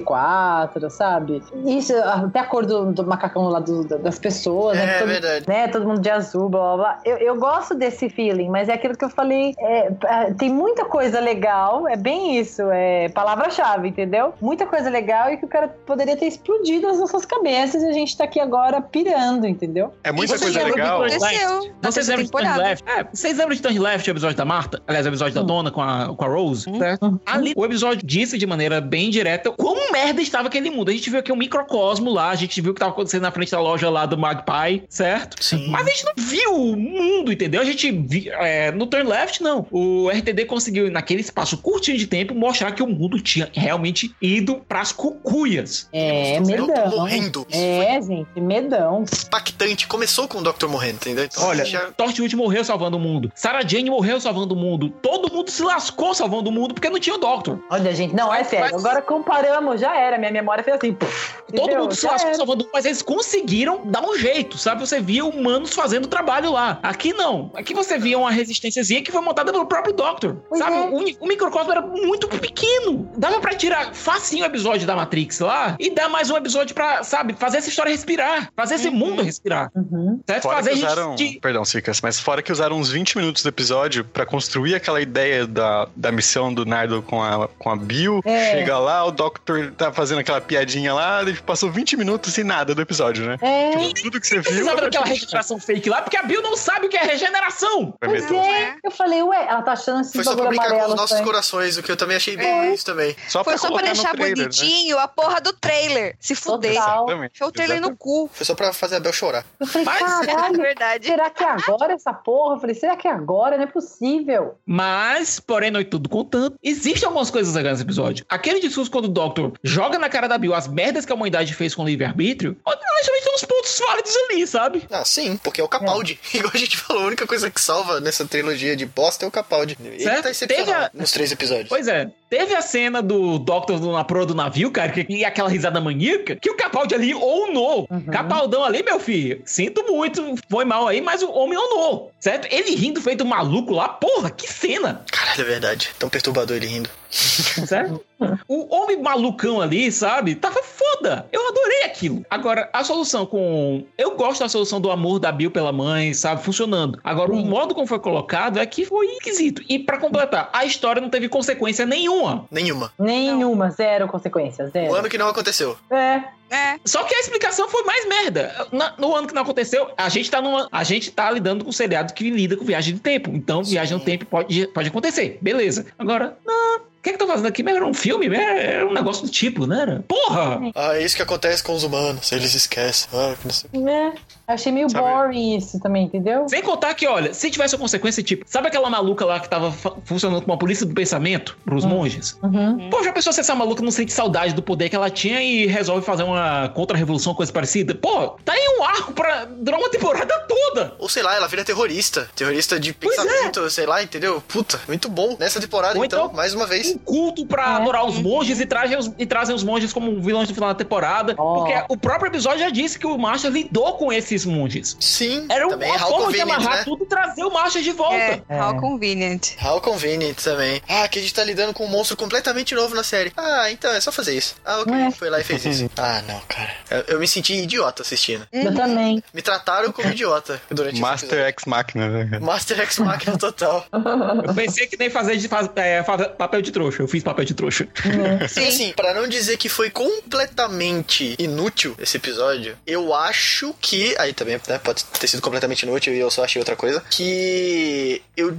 S4: 1984, sabe? Isso, até a cor do, do macacão lá do- da- das pessoas, né?
S5: É,
S4: Que todo,
S5: verdade.
S4: né? Todo mundo de azul, blá blá blá. Eu, eu gosto desse feeling, mas é aquilo que eu falei. é, ah, tem muita coisa legal, é bem isso, é palavra-chave, entendeu? Muita coisa legal e que o cara poderia ter explodido as nossas cabeças e a gente tá aqui agora pirando, entendeu?
S10: É muita
S11: você
S10: coisa
S11: lembra do
S10: legal.
S11: Turn
S2: Aconteceu. na
S11: Vocês
S2: terceira
S11: lembram de Turn
S2: temporada.
S11: Left? É, vocês lembram de Turn Left, o episódio da Marta? Aliás, o episódio da Dona com a, com a Rose? Certo? Ali, o episódio disse de maneira bem direta quão merda estava aquele mundo. A gente viu aqui um microcosmo lá, a gente viu o que estava acontecendo na frente da loja lá do Magpie, certo?
S5: Sim.
S11: Mas a gente não viu o mundo, entendeu? A gente vi, é, no Turn Left, não. O RTD conseguiu, naquele espaço curtinho de tempo, mostrar que o mundo tinha realmente ido pras cucuias.
S4: É,
S5: Eu tô
S4: medão.
S5: morrendo.
S11: né?
S5: Isso
S4: É, gente, medão.
S5: foi impactante. Começou com o Dr. morrendo, entendeu? Então,
S11: Olha,
S5: já-
S11: Torchwood morreu salvando o mundo. Sarah Jane morreu salvando o mundo. Todo mundo se lascou salvando o mundo porque não tinha o Doctor.
S4: Olha, gente, não, é sério.
S11: Mas-
S4: Agora comparamos, já era. Minha memória fez assim. puf,
S11: Todo
S4: entendeu?
S11: mundo se
S4: Já
S11: lascou
S4: era.
S11: salvando o mundo, mas eles conseguiram dar um jeito, sabe? Você via humanos fazendo trabalho lá. Aqui não. Aqui você via uma resistênciazinha que foi montada pelo próprio Doctor.
S4: Pois
S11: sabe?
S4: é.
S11: O, uni- o microcosmo era muito pequeno. Dava pra tirar facinho o episódio da Matrix lá e dar mais um episódio pra, sabe, fazer essa história respirar. Fazer esse mundo respirar.
S4: Uhum.
S11: Certo?
S10: Fora
S11: fazer
S10: que
S11: a gente
S10: usaram.
S11: de-
S10: Perdão, Cicas, mas fora que usaram uns 20 minutos do episódio pra construir aquela ideia da, da missão do Nardo com a, com a Bill.
S4: É.
S10: Chega lá, o Doctor tá fazendo aquela piadinha lá, e passou 20 minutos sem nada do episódio, né?
S4: É,
S10: Tipo, tudo que você viu.
S11: Precisava daquela regeneração fake lá, porque a Bill não sabe o que é regeneração.
S10: Vai
S4: pois
S10: meter.
S11: né?
S4: é. Eu falei, ué, ela tá achando esse
S5: Foi só pra
S4: bagulho
S5: brincar com os
S4: amarelo.
S5: nossos
S4: sabe?
S5: corações, o que eu também achei
S11: É.
S5: bem isso também.
S10: Só
S2: Foi só pra
S10: colocar no
S2: deixar
S10: trailer, né?
S2: bonitinho a porra do trailer. Se fuder.
S4: Total.
S10: <laughs> Exatamente,
S2: Deixou o trailer no
S10: exatamente.
S2: cu.
S5: Foi só pra fazer a Bel chorar.
S4: Eu falei,
S2: É
S4: caralho,
S2: verdade.
S4: será que é agora essa porra? Eu falei, será que é agora? Não é possível.
S11: Mas, porém, não é tudo contando. Existem algumas coisas legais nesse episódio. Aquele discurso quando o Doctor joga na cara da Bill as merdas que a humanidade fez com o livre-arbítrio, honestamente são uns pontos válidos ali, sabe?
S5: Ah, sim, porque é o Capaldi. <laughs> Igual a gente falou, a única coisa que salva nessa trilogia de bosta é o Capaldi. Ele
S11: Certo?
S5: tá excepcional
S11: Teve a-
S5: nos três episódios.
S11: Pois é. Teve a cena do Doctor na proa do navio, cara, que, e aquela risada maníaca, que o Capaldi ali ou não. Capaldão ali, meu filho, sinto muito, foi mal aí, mas o homem ou não, certo? Ele rindo feito maluco lá, porra, que cena!
S5: Cara, É verdade. Tão perturbador ele rindo.
S11: Sério? O homem malucão ali, sabe? Tava foda. Eu adorei aquilo. Agora, a solução com. Eu gosto da solução do amor da Bill pela mãe, sabe? Funcionando. Agora, o modo como foi colocado é que foi esquisito. E pra completar, a história não teve consequência nenhuma.
S5: Nenhuma.
S4: Nenhuma, zero consequência, zero.
S5: O ano que não aconteceu.
S4: É.
S2: É.
S11: Só que a explicação foi mais merda. Na- no ano que não aconteceu, a gente tá numa, a gente tá lidando com um seriado que lida com viagem de tempo. Então, viagem no tempo pode, pode acontecer. Beleza. Agora, não. O que é que eu tô fazendo aqui? Mas Era um filme? né? Era um negócio do tipo, né? Era- Porra!
S5: Ah, é isso que acontece com os humanos. Eles esquecem. Ah, que não sei.
S4: É. Achei meio boring isso também, entendeu?
S11: Sem contar que, olha, se tivesse uma consequência, tipo, sabe aquela maluca lá que tava fa- funcionando como uma polícia do pensamento pros monges?
S4: Uhum.
S11: Pô, já pensou se essa maluca não sente saudade do poder que ela tinha e resolve fazer uma contra-revolução, coisa parecida? Pô, tá aí um arco pra durar uma temporada toda!
S5: Ou sei lá, ela vira terrorista. Terrorista de
S11: é.
S5: pensamento, sei lá, entendeu? Puta, muito bom. Nessa temporada,
S11: Ou
S5: então,
S11: então,
S5: mais uma vez.
S11: Um culto pra adorar os monges e trazem os, e trazem os monges como vilões do final da temporada. Porque o próprio episódio já disse que o Marshall lidou com esses monges.
S5: Sim,
S11: Era
S5: também
S11: uma
S5: how
S11: forma de
S5: convenient,
S11: amarrar
S5: né?
S11: tudo e trazer o Marshall de volta.
S2: É, how convenient.
S5: How convenient também. Ah, que a gente tá lidando com um monstro completamente novo na série. Ah, então é só fazer isso. Ah, ok. Foi lá e fez isso. ah, não, cara. Eu, eu me senti idiota assistindo.
S11: Uhum.
S4: Eu também.
S5: Me trataram como idiota durante esse
S10: Master X Machina, né? cara?
S5: episódio. Master X Machina total.
S11: Eu pensei que nem fazer de faz- é, fa- papel de trouxa. Eu fiz papel de trouxa.
S5: Sim. Assim, pra não dizer que foi completamente inútil esse episódio, eu acho que. Aí também, né? Pode ter sido completamente inútil e eu só achei outra coisa. Que eu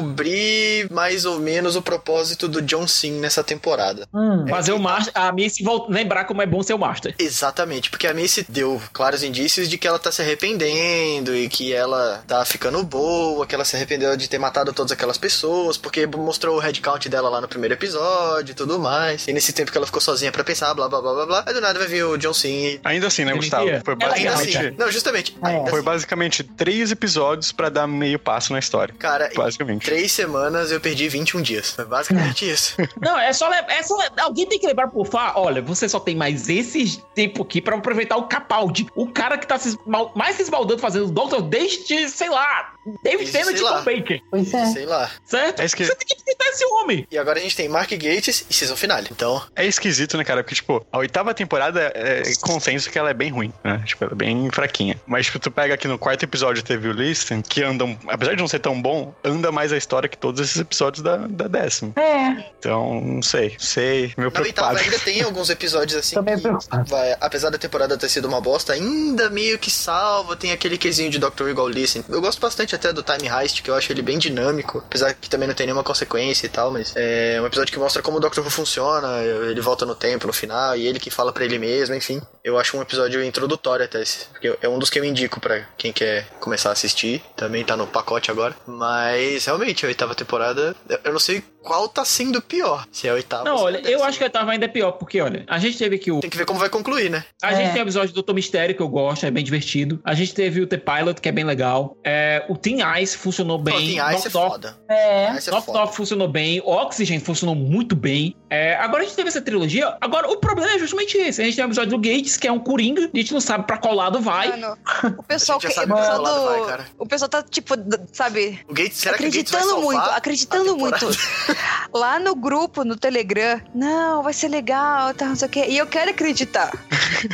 S5: descobri mais ou menos o propósito do John Sim nessa temporada.
S11: Fazer o master. A Missy vol- lembrar como é bom ser o master.
S5: Exatamente, porque a Missy deu claros indícios de que ela tá se arrependendo e que ela tá ficando boa, que ela se arrependeu de ter matado todas aquelas pessoas, porque mostrou o headcount dela lá no primeiro episódio e tudo mais. E nesse tempo que ela ficou sozinha pra pensar, blá blá blá blá blá, aí do nada vai vir o John Cena.
S10: Ainda assim, né, Gustavo? Foi
S5: Ainda assim,
S10: basicamente.
S5: não, justamente,
S4: É.
S5: assim,
S10: Foi basicamente três episódios pra dar meio passo na história.
S5: Cara,
S10: basicamente.
S5: três semanas eu perdi 21 dias. Foi basicamente isso.
S11: Não, é só, lem- é só. lem- Alguém tem que lembrar por falar: olha, você só tem mais esse tempo aqui pra aproveitar o Capaldi. O cara que tá se esmal- mais se esbaldando fazendo o Doctor desde, sei lá, David
S5: Desde,
S11: Tennant
S5: sei lá.
S11: com Baker.
S4: Pois é.
S5: Sei lá.
S11: Certo?
S10: É isso que-
S11: Você tem que visitar esse homem.
S5: E agora a gente tem Mark Gates e season finale. Então,
S10: É esquisito, né, cara? Porque, tipo, a oitava temporada é é consenso que ela é bem ruim, né? Tipo, ela é bem fraquinha. Mas, tipo, tu pega aqui no quarto episódio teve o Listen, que andam, apesar de não ser tão bom, anda mais a história que todos esses episódios da, da décima.
S4: É.
S10: Então, não sei, sei, meio
S5: Na oitava
S10: preocupado.
S5: então, ainda tem alguns episódios assim.
S4: Tô meio
S5: que
S4: preocupado.
S5: vai- apesar da temporada ter sido uma bosta, ainda meio que salva. Tem aquele quesinho de Dr. Igual Listen. Eu gosto bastante até do Time Heist, que eu acho ele bem dinâmico. Apesar que também não tem nenhuma consequência e tal, mas é um episódio que mostra como o Dr. Who funciona. Ele volta no tempo no final e ele que fala pra ele mesmo, enfim. Eu acho um episódio introdutório até esse. Porque é um dos que eu indico pra quem quer começar a assistir. Também tá no pacote agora. Mas realmente, a oitava temporada. eu- Eu não sei qual tá sendo pior. Se é a oitava
S11: Não,
S5: ou se é a
S11: olha, eu acho que a oitava ainda é pior, porque, olha, a gente teve aqui o.
S5: tem que ver como vai concluir, né?
S11: A gente tem o episódio do Doutor Mistério, que eu gosto, é bem divertido. A gente teve o The Pilot, que é bem legal. É, o Team Ice funcionou bem.
S5: Bem, Tem Ice é
S11: Knock Knock
S5: foda.
S4: É.
S5: Ice é
S11: Knock
S5: foda.
S11: Knock funcionou bem, Oxygen funcionou muito bem. É, agora a gente teve essa trilogia. Agora, o problema é justamente esse. A gente tem o episódio do Gates, que é um Coringa, a gente não sabe pra qual lado vai.
S2: Mano, o pessoal
S5: A gente já
S2: que. O
S5: sabe pra
S2: pessoal,
S5: qual lado
S2: do,
S5: vai, cara.
S2: o pessoal tá, tipo, d- sabe,
S5: O Gates, será
S2: acreditando
S5: que o Gates vai
S2: muito,
S5: salvar?
S2: acreditando muito.
S5: <laughs>
S2: Lá no grupo, no Telegram, não, vai ser legal, tá, não sei o quê. E eu quero
S5: <laughs>
S2: acreditar,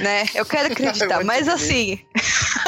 S2: né? Eu
S5: É
S2: quero acreditar, mas assim. <laughs>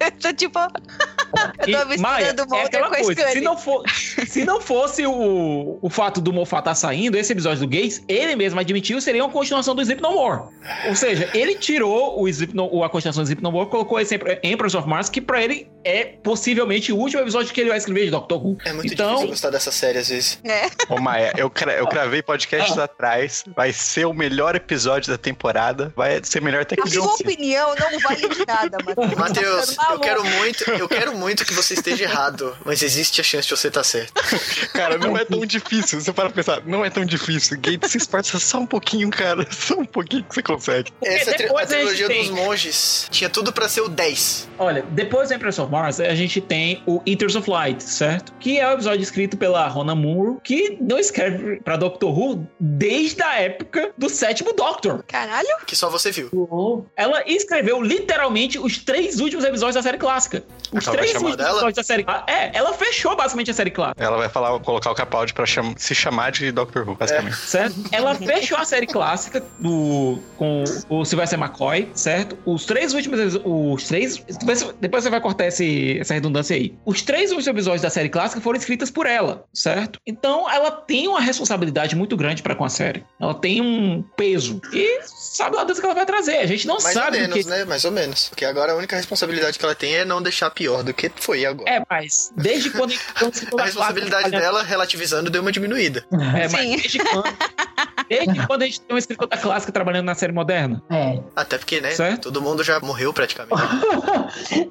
S2: eu tô tipo. eu tô
S11: E, Maia,
S2: misturando o
S11: é
S2: Mulder
S11: aquela
S2: com a
S11: coisa, se
S2: Scully.
S11: não, for, se não fosse o, o fato do Moffat tá saindo, esse episódio do Gates, ele mesmo admitiu, seria uma continuação do Sleep No More. Ou seja, ele tirou o Sleep No- o- a continuação do Sleep No More, colocou esse Emper- Emperors of Mars, que pra ele é possivelmente o último episódio que ele vai escrever de Doctor Who.
S5: É muito
S11: então,
S5: difícil gostar dessa série às vezes.
S2: É.
S10: Ô, Maia, eu, cra- eu cravei
S5: Ah.
S10: podcasts atrás. Vai ser o melhor episódio da temporada. Vai ser melhor até que um
S2: A
S10: o John
S2: sua
S10: Cena.
S2: opinião não vale de nada, Matheus.
S5: Matheus,
S2: Tá
S5: eu
S2: maluco.
S5: quero muito, eu quero muito que você esteja errado, mas existe a chance de você estar certo.
S10: Cara, não é tão difícil. Você para pra pensar, não é tão difícil. Gates se esforça só um pouquinho, cara. <laughs> Só um pouquinho que você consegue.
S5: Essa tri a
S11: depois a
S5: trilogia
S11: gente
S5: dos
S11: tem.
S5: monges tinha tudo pra ser o 10.
S11: Olha, depois do Empress of Mars, a gente tem o Eaters of Light, certo? Que é o episódio escrito pela Rona Moore, que não escreve pra Doctor Who desde a época do sétimo Doctor.
S2: Caralho?
S5: Que só você viu.
S4: Uou.
S11: Ela escreveu literalmente os três últimos episódios da série clássica. Os
S10: Talvez
S11: esses
S3: chamar dela?
S11: episódios da série clá- É, ela fechou basicamente a série clássica.
S10: Ela vai falar, colocar o Capaldi pra cham- se chamar de Dr. Who, basicamente.
S11: Certo? Ela fechou a série clássica do, com o Sylvester McCoy, certo? Os três últimos. episo- Os três. Depois, depois você vai cortar esse- essa redundância aí. Os três últimos episódios da série clássica foram escritas por ela, certo? Então ela tem uma responsabilidade muito grande pra com a série. Ela tem um peso. E sabe lá Deus o que ela vai trazer. A gente não
S5: Mais
S11: sabe
S5: ou
S11: o que.
S5: menos, né? Mais ou menos. Porque agora a única responsabilidade que ela tem é não deixar pior do que foi agora.
S11: É, mas desde quando.
S5: a responsabilidade dela, relativizando, deu uma diminuída.
S11: É, mas desde quando, É, desde quando a gente tem uma escritora clássica trabalhando na
S4: <laughs>
S11: série moderna?
S4: É.
S5: Até porque, né? Todo mundo já morreu praticamente.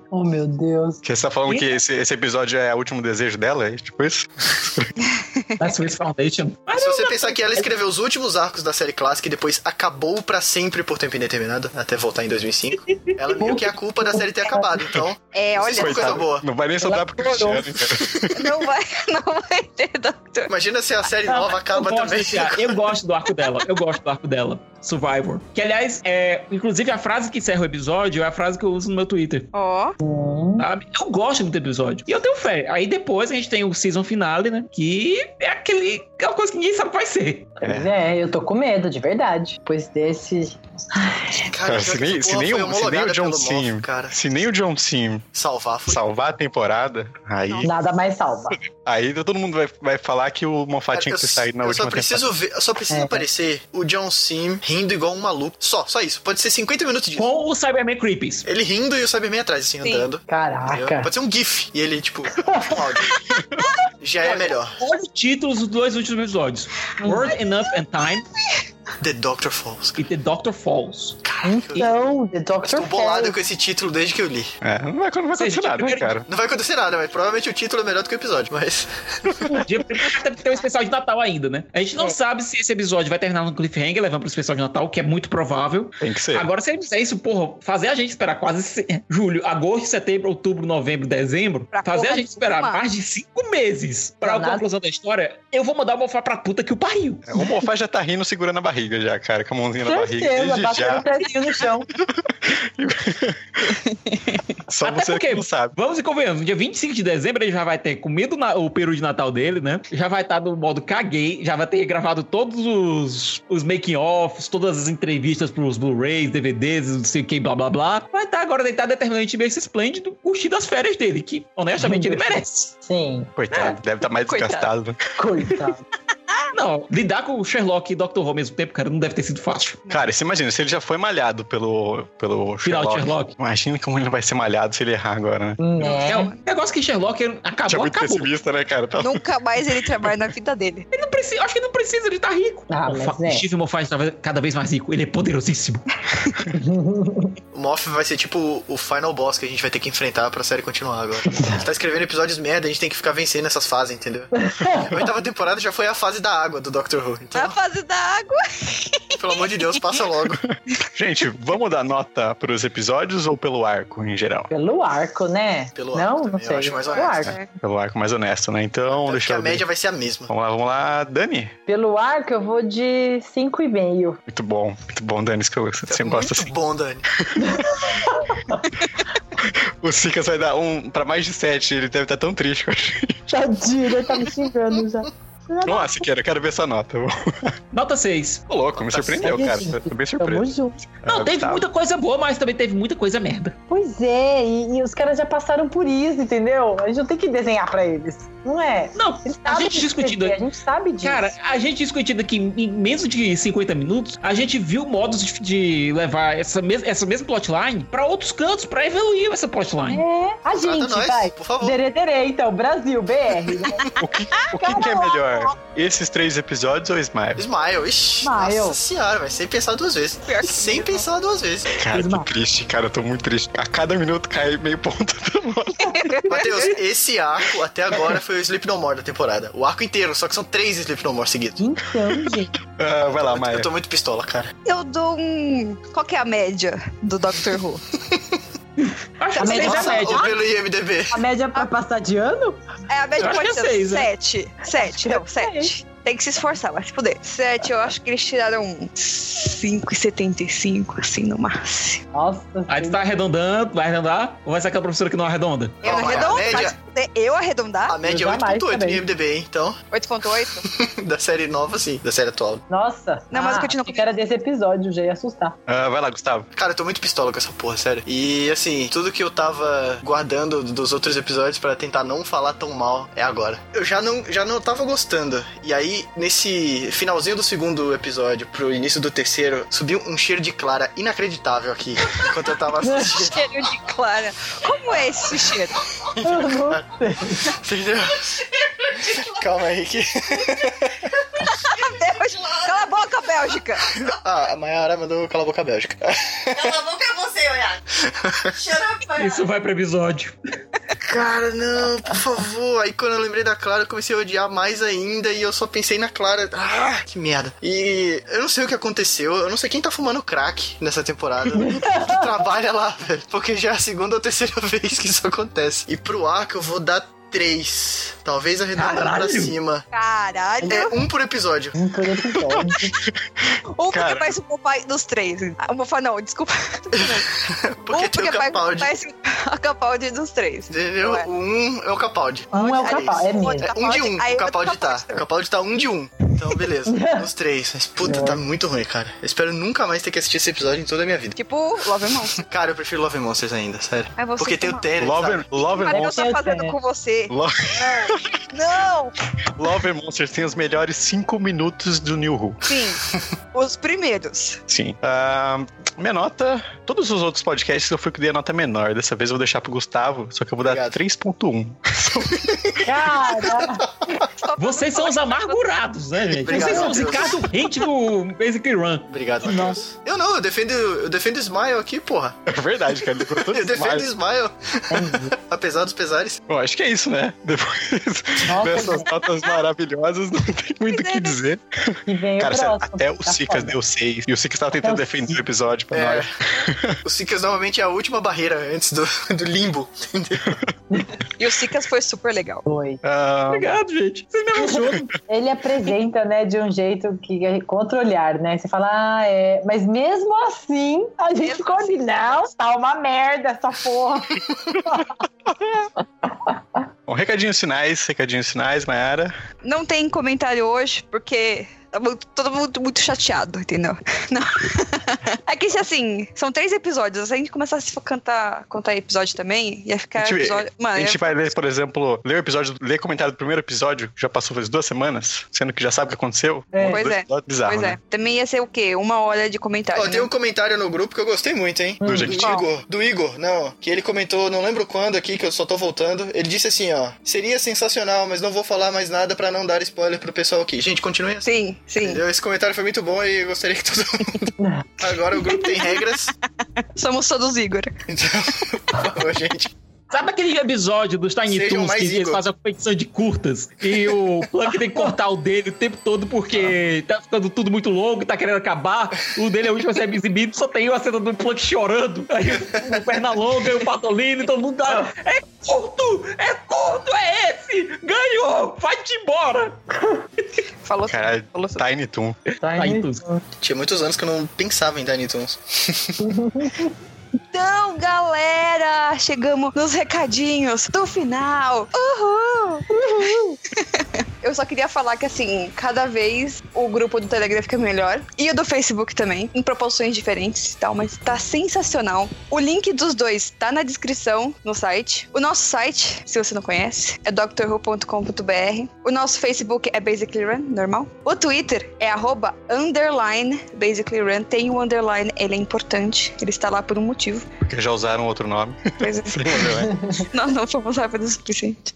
S4: Oh, meu Deus.
S10: Que você tá falando que esse, esse episódio é o último desejo dela? É tipo isso?
S11: Da Swiss Foundation.
S5: Se você pensar que ela escreveu os últimos arcos da série clássica e depois acabou pra sempre por tempo indeterminado, até voltar em 2005, ela meio que é a culpa da série ter acabado. Então,
S2: É, olha.
S5: isso é coisa boa.
S10: Não vai nem soltar pro Cristiano, cara.
S2: Não vai, <laughs> não vai ter Doctor
S5: Imagina se a série
S11: Não,
S5: nova acaba
S11: eu gosto
S5: também. <laughs>
S11: desse arco. eu gosto do arco dela. Eu gosto do arco dela. Survivor. Que, aliás, é, inclusive a frase que encerra o episódio é a frase que eu uso no meu Twitter.
S2: Ó.
S11: Sabe? Eu gosto muito do episódio. E eu tenho fé. Aí depois a gente tem o season finale, né? Que é aquele, aquela coisa que ninguém sabe o que vai ser.
S4: Pois é, eu tô com medo, de verdade. Depois desse.
S10: Cara, se nem, se nem o, se nem o John Sim, se nem o John Sim
S5: salvar,
S10: salvar a temporada, aí,
S4: Nada mais
S5: <laughs>
S4: salva.
S10: aí todo mundo vai, vai falar que o Moffat tinha que ter saído na
S5: É, eu
S10: última
S5: só preciso
S10: temporada.
S5: ver, eu só preciso
S10: É.
S5: aparecer o John Sim rindo igual um maluco. Só, só isso. Pode ser 50 minutos disso.
S11: Com o Cyberman Creepies.
S5: Ele rindo e o Cyberman atrás, assim,
S11: Sim.
S5: andando.
S4: Caraca.
S5: Pode ser um GIF. E ele, tipo, com
S11: <laughs>
S5: áudio. Já é melhor.
S11: Olha os títulos dos dois últimos episódios: World Enough and Time.
S5: The Doctor Falls.
S11: E The Doctor Falls.
S4: Então, The Doctor
S5: Tô bolado com esse título desde que eu li.
S10: É, não vai, não vai acontecer nada, né, cara?
S5: Não vai acontecer nada, mas provavelmente o título é melhor do que o episódio, mas.
S11: Dia primeiro até porque tem um especial de Natal ainda, né? A gente não sabe se esse episódio vai terminar no cliffhanger, levando pro especial de Natal, que é muito provável.
S10: Tem que ser.
S11: Agora, se ele fizer isso, porra, fazer a gente esperar quase se- julho, agosto, setembro, outubro, novembro, dezembro, fazer a
S10: porra
S11: gente
S10: de
S11: esperar
S10: filmar.
S11: mais de cinco meses pra a conclusão da história, eu vou mandar o Mofá pra puta que o pariu.
S10: É, O Moffat já tá rindo segurando a barriga já, cara, com a mãozinha na barriga. Desde já.
S4: um pezinho no chão.
S10: Só
S11: Até
S10: você
S11: porque,
S10: que não sabe.
S11: Vamos e convenhamos, no dia 25 de dezembro ele já vai ter comido na- o peru de Natal dele, né? Já vai estar no modo caguei, já vai ter gravado todos os, os making-offs, todas as entrevistas pros Blu-rays, DVDs, não sei o que, blá blá blá. Vai estar agora deitado é eternamente bem esplêndido, curtindo as férias dele, que honestamente ele merece.
S4: Sim.
S10: Coitado, deve estar mais
S11: Coitado.
S10: desgastado. né?
S4: Coitado.
S11: Não, lidar com o Sherlock e Dr. Who ao mesmo tempo, cara, não deve ter sido fácil.
S10: Cara, você imagina, se ele já foi malhado pelo, pelo
S11: Final de Sherlock.
S10: Imagina como ele vai ser malhado se ele errar agora, né?
S11: É, o negócio que Sherlock acabou,
S10: Tinha muito
S11: acabou.
S10: pessimista, né, cara? Tá-
S2: Nunca mais ele trabalha na vida dele.
S11: Ele não precisa, acho que não precisa, ele tá rico.
S4: Ah,
S11: Moffat- Steve Moffat está cada vez mais rico, ele é poderosíssimo.
S5: O Moff vai ser tipo o final boss que a gente vai ter que enfrentar pra série continuar agora. Ele tá escrevendo episódios merda, a gente tem que ficar vencendo essas fases, entendeu? A oitava temporada já foi a fase da água do Doctor Who. Então,
S2: <laughs> A fase da água.
S5: pelo amor de Deus, passa logo.
S10: Gente, vamos dar nota pros episódios ou pelo arco em geral?
S4: Pelo arco, né? não, não sei.
S5: eu acho mais
S4: Pelo
S5: honesto,
S4: arco.
S10: Pelo arco mais honesto, né? Então, deixa
S5: Porque
S10: eu
S5: a
S10: ver.
S5: média vai ser a mesma.
S10: Vamos lá, vamos lá, Dani.
S4: Pelo arco, eu vou de 5,5.
S10: Muito bom, muito bom, Dani, isso que eu sempre gosto assim.
S5: Bom, Dani.
S10: O Sicas vai dar um pra mais de sete, ele deve estar tão triste, eu acho.
S4: Tadinho, ele tá me xingando já.
S10: Vamos lá, ah, Siqueira, eu quero ver sua nota.
S11: Nota 6.
S10: Ô, louco, me surpreendeu, cara. Tô
S5: Tá
S10: bem surpreso.
S11: Não,
S10: Ah,
S11: teve
S10: tá.
S11: muita coisa boa, mas também teve muita coisa merda.
S4: Pois é, e, e os caras já passaram por isso, entendeu? A gente não tem que desenhar pra eles. Não é?
S11: Não,
S4: eles
S11: A
S4: sabem
S11: gente discutindo.
S4: escrever, A gente sabe disso.
S11: Cara, a gente discutindo aqui em menos de 50 minutos, a gente viu modos de, de levar essa, mes essa mesma plotline pra outros cantos, pra evoluir essa plotline.
S4: É, a gente
S11: nós,
S4: vai.
S11: por favor.
S4: Derederê, então, Brasil, BR.
S10: O que, que é melhor? Esses três episódios ou Smile?
S5: Smile, ixi.
S4: Smile.
S5: Nossa senhora, vai sem pensar duas vezes. Sem pensar duas vezes.
S10: Cara, que triste, cara, eu tô muito triste. A cada minuto cai meio ponto.
S5: Matheus, esse arco até agora foi o Sleep No More da temporada. O arco inteiro, só que são três Sleep No More seguidos.
S4: Então, gente.
S10: <laughs> Ah, vai lá,
S5: Maia. Eu tô muito pistola, cara.
S2: Eu dou um. Qual que é a média do Doctor Who?
S11: Acho
S4: A média
S2: seis
S4: da
S2: a
S4: média.
S5: Ou pelo IMDB.
S4: Ah. A média pra passar de ano?
S2: É, a média
S4: Eu acho
S2: pode
S4: que é
S2: ser
S4: seis, né?
S2: 7. 7, não, 7. Tem que se esforçar, vai se fuder. 7, eu acho que eles tiraram 5,75, assim, no máximo.
S4: Nossa.
S11: Aí tu tá arredondando, vai arredondar? Ou vai ser aquela professora que não arredonda?
S2: Eu
S5: Ó,
S2: arredondo, é.
S5: a média-
S2: vai se fuder. Eu arredondar?
S5: A média é 8.8 no IMDB, hein? Então, <laughs>
S2: Ah. 8.8?
S5: da série nova, sim. Da série atual.
S4: Nossa.
S2: Não, mas eu
S4: continua com era desse episódio, já ia assustar.
S10: Ah, vai lá, Gustavo.
S5: Cara, eu tô muito pistola com essa porra, sério. E assim, tudo que eu tava guardando dos outros episódios pra tentar não falar tão mal é agora. Eu já não, já não tava gostando. E aí, nesse finalzinho do segundo episódio pro início do terceiro, subiu um cheiro de Clara inacreditável aqui <laughs> enquanto eu tava
S2: <laughs>
S5: assistindo.
S2: <laughs> cheiro de clara. Como é esse cheiro?
S5: Entendeu? Calma aí que. <laughs>
S2: Bélgica. Cala a boca, Bélgica!
S5: Ah, a Mayara mandou cala a boca Bélgica. <laughs>
S13: Cala a boca é você, olhar.
S11: Isso vai pro episódio.
S5: Cara, não, por favor. Aí quando eu lembrei da Clara, eu comecei a odiar mais ainda e eu só pensei na Clara. Ah, que merda. E eu não sei o que aconteceu, eu não sei quem tá fumando crack
S2: <laughs>
S5: nessa temporada. que trabalha lá, velho. Porque já é a segunda ou terceira <laughs> vez que isso acontece. E pro arco eu vou dar três. Talvez arredondando pra
S2: Caralho.
S5: cima.
S2: Caralho!
S5: É um por episódio.
S4: Um por <laughs> episódio.
S2: Um porque
S5: Cara.
S2: parece o Popeye dos três. Ah, O Popeye não, desculpa.
S5: Porque
S2: um <laughs>
S5: tem
S2: porque
S5: o Capaldi.
S2: parece a Capaldi dos três.
S5: Entendeu?
S2: Ué.
S5: O um é o Capaldi.
S4: Um é o
S5: Três.
S4: Capaldi, é mesmo.
S5: um de um,
S2: Aí
S5: o
S2: outro
S5: Capaldi tá. O Capaldi tá um de um. Então, beleza. <laughs> Os três. Mas, puta, tá muito ruim, cara. Eu espero nunca mais ter que assistir esse episódio em toda a minha vida.
S2: Tipo, Love Monster.
S5: Cara, eu prefiro Love and Monsters ainda, sério.
S2: Ai, você
S5: Porque tem o
S2: tá
S5: Tenet,
S10: Love
S5: sabe?
S10: and- Love and
S2: Olha o que eu
S10: Monsters.
S2: tô fazendo com você. É.
S10: Lo-
S2: Não!
S10: Love and Monsters tem os melhores 5 minutos do New Who.
S2: Sim, os primeiros.
S10: Sim. Ah, minha nota. Todos os outros podcasts eu fui que dei a nota menor. Dessa vez eu vou deixar pro Gustavo, só que eu vou dar 3.1.
S4: Cara,
S11: Vocês são os amargurados, né, gente?
S5: Obrigado,
S11: Vocês são os
S5: Matheus.
S11: Ricardo Hint do Basic Run.
S5: Obrigado,
S11: Nossa.
S5: Eu não, eu defendo, eu defendo Smile aqui, porra.
S10: <laughs> É verdade, cara. Ele cortou
S5: <laughs> Eu defendo
S10: Smile.
S5: Smile. <laughs> Apesar dos pesares.
S10: Bom, acho que é isso, né? <laughs> Depois dessas notas maravilhosas, não tem muito o que dizer.
S4: E vem
S10: Cara,
S4: o
S10: sério,
S4: próximo.
S10: até o
S4: tá
S10: Sicas
S4: foda.
S10: deu 6. E o Sicas tava tentando defender o episódio pra
S5: É.
S10: nós.
S5: O Seekers normalmente é a última barreira antes do, <laughs> do limbo, entendeu?
S2: E o Sicas foi super legal.
S4: Foi.
S10: Ah,
S11: Obrigado, gente. Vocês me emocionam.
S4: Ele apresenta, né, de um jeito que é contra o olhar, né? Você fala, ah, é. Mas mesmo assim, a gente ficou ali, não, tá uma merda essa <laughs> porra.
S10: Bom, recadinhos finais, recadinhos finais, Mayara.
S2: Não tem comentário hoje, porque tá mu- todo mundo muito chateado, entendeu? <laughs> Não. É que se assim, são três episódios. Se a gente começasse a cantar, contar episódio também, ia
S10: A
S2: ficar
S10: gente,
S2: episódio. Mano,
S10: a gente
S2: ia-
S10: vai ler, por exemplo, ler o episódio, ler comentário do primeiro episódio, que já passou faz duas semanas, sendo que já sabe o que aconteceu.
S2: É.
S10: Bom,
S2: Pois
S10: dois
S2: é.
S10: episódios bizarro,
S2: pois
S10: né?
S2: é. Também ia ser o quê? Uma hora de comentário.
S5: Ó,
S2: né?
S5: tem um comentário no grupo que eu gostei muito, hein?
S10: Do
S5: do
S10: Jequiti.
S5: Igor. Do Igor, não. Que ele comentou, não lembro quando aqui, que eu só tô voltando. Ele disse assim, ó. Seria sensacional, mas não vou falar mais nada pra não dar spoiler pro pessoal aqui. Gente, continue assim.
S2: Sim, sim.
S5: Entendeu? Esse comentário foi muito bom e eu gostaria que todo
S10: <laughs>
S5: mundo. Agora o grupo tem regras.
S2: Somos todos Igor.
S5: <laughs> Ô, gente.
S11: Sabe aquele episódio dos Tiny
S5: Sejam
S11: Toons que
S5: mais
S11: eles
S5: Igor.
S11: fazem a competição de curtas e o Plunk tem que cortar o dele o tempo todo porque tá ficando tudo muito longo, tá querendo acabar. O dele é o último a ser exibido, só tem a cena do Plunk chorando. Aí o perna longa e o Patolino, e todo mundo tá. É curto! É curto! É esse! Ganhou! Vai-te embora!
S2: Falou
S10: Cara, Tiny Toon.
S11: Tiny Toons.
S5: Tinha muitos anos que eu não pensava em Tiny Toons.
S2: Então, galera, chegamos nos recadinhos do final. Uhul! Uhul! <laughs> Eu só queria falar que, assim, cada vez o grupo do Telegram fica melhor. E o do Facebook também, em proporções diferentes e tal, mas tá sensacional. O link dos dois tá na descrição no site. O nosso site, se você não conhece, é drwho.com.br. O nosso Facebook é Basically Run, normal. O Twitter é arroba underline Basically Run. Tem o underline, ele é importante. Ele está lá por um motivo.
S10: Porque já usaram
S2: <laughs>
S10: outro nome.
S2: Pois é. Nós não fomos rápidos o suficiente.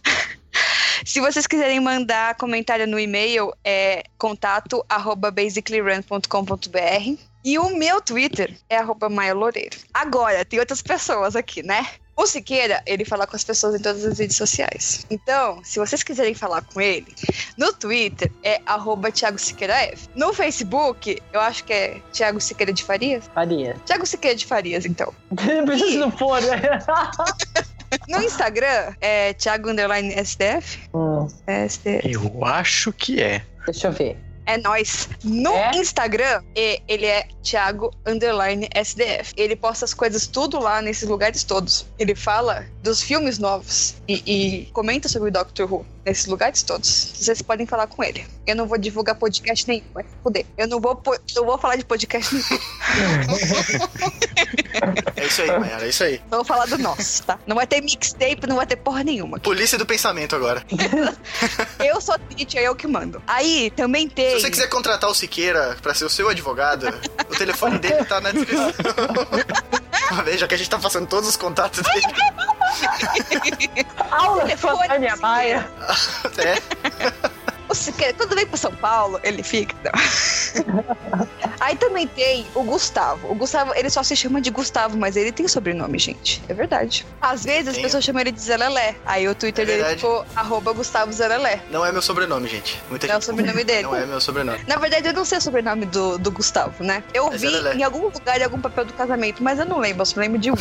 S2: Se vocês quiserem mandar comentário no e-mail, é contato arroba basicallyrun.com.br. E o meu Twitter é arroba Maia Loureiro. Agora, tem outras pessoas aqui, né? O Siqueira, ele fala com as pessoas em todas as redes sociais. Então, se vocês quiserem falar com ele, no Twitter é arroba Thiago Siqueira F. No Facebook, eu acho que é Thiago Siqueira de Farias.
S4: Faria. <laughs>
S2: Thiago Siqueira de Farias, então.
S4: Precisa não for, né?
S2: No Instagram é Thiago underline SDF.
S4: <laughs> Hum.
S2: SDF.
S10: Eu acho que é.
S4: Deixa eu ver.
S2: É nós. No
S5: É?
S2: Instagram, e- ele é Thiago underline SDF. Ele posta as coisas tudo lá nesses lugares todos. Ele fala dos filmes novos e, e comenta sobre o Doctor Who nesses lugares todos. Vocês podem falar com ele. Eu não vou divulgar podcast nenhum, vai se fuder. Eu não vou, po- não vou falar de podcast <laughs> nenhum.
S5: É isso aí, Mayara, é isso aí.
S2: Vou falar do nosso, tá? Não vai ter mixtape, não vai ter porra nenhuma.
S5: Polícia do pensamento agora.
S2: Eu sou Tite, é eu que mando. Aí também tem.
S5: Se você quiser contratar o Siqueira pra ser o seu advogado, o telefone dele tá
S2: <laughs>
S5: na descrição. Veja que a gente tá passando todos os contatos dele.
S4: Aula de Sônia Maia.
S5: né?
S2: O Siqueira, quando vem pra São Paulo, ele fica. Não. Aí também tem o Gustavo. O Gustavo, ele só se chama de Gustavo, mas ele tem sobrenome, gente. É verdade. Às vezes as
S5: Tem.
S2: pessoas chamam ele de Zelelé. Aí o Twitter
S5: É
S2: dele
S5: verdade.
S2: ficou arroba Gustavo Zelelé.
S5: Não é meu sobrenome, gente. Muita
S2: Não é o
S5: gente
S2: sobrenome dele.
S5: <laughs> Não é meu sobrenome.
S2: Na verdade, eu não sei o sobrenome do, do Gustavo, né? Eu vi
S5: É Zelelé.
S2: em algum lugar, em algum papel do casamento, mas eu não lembro, eu só lembro de um.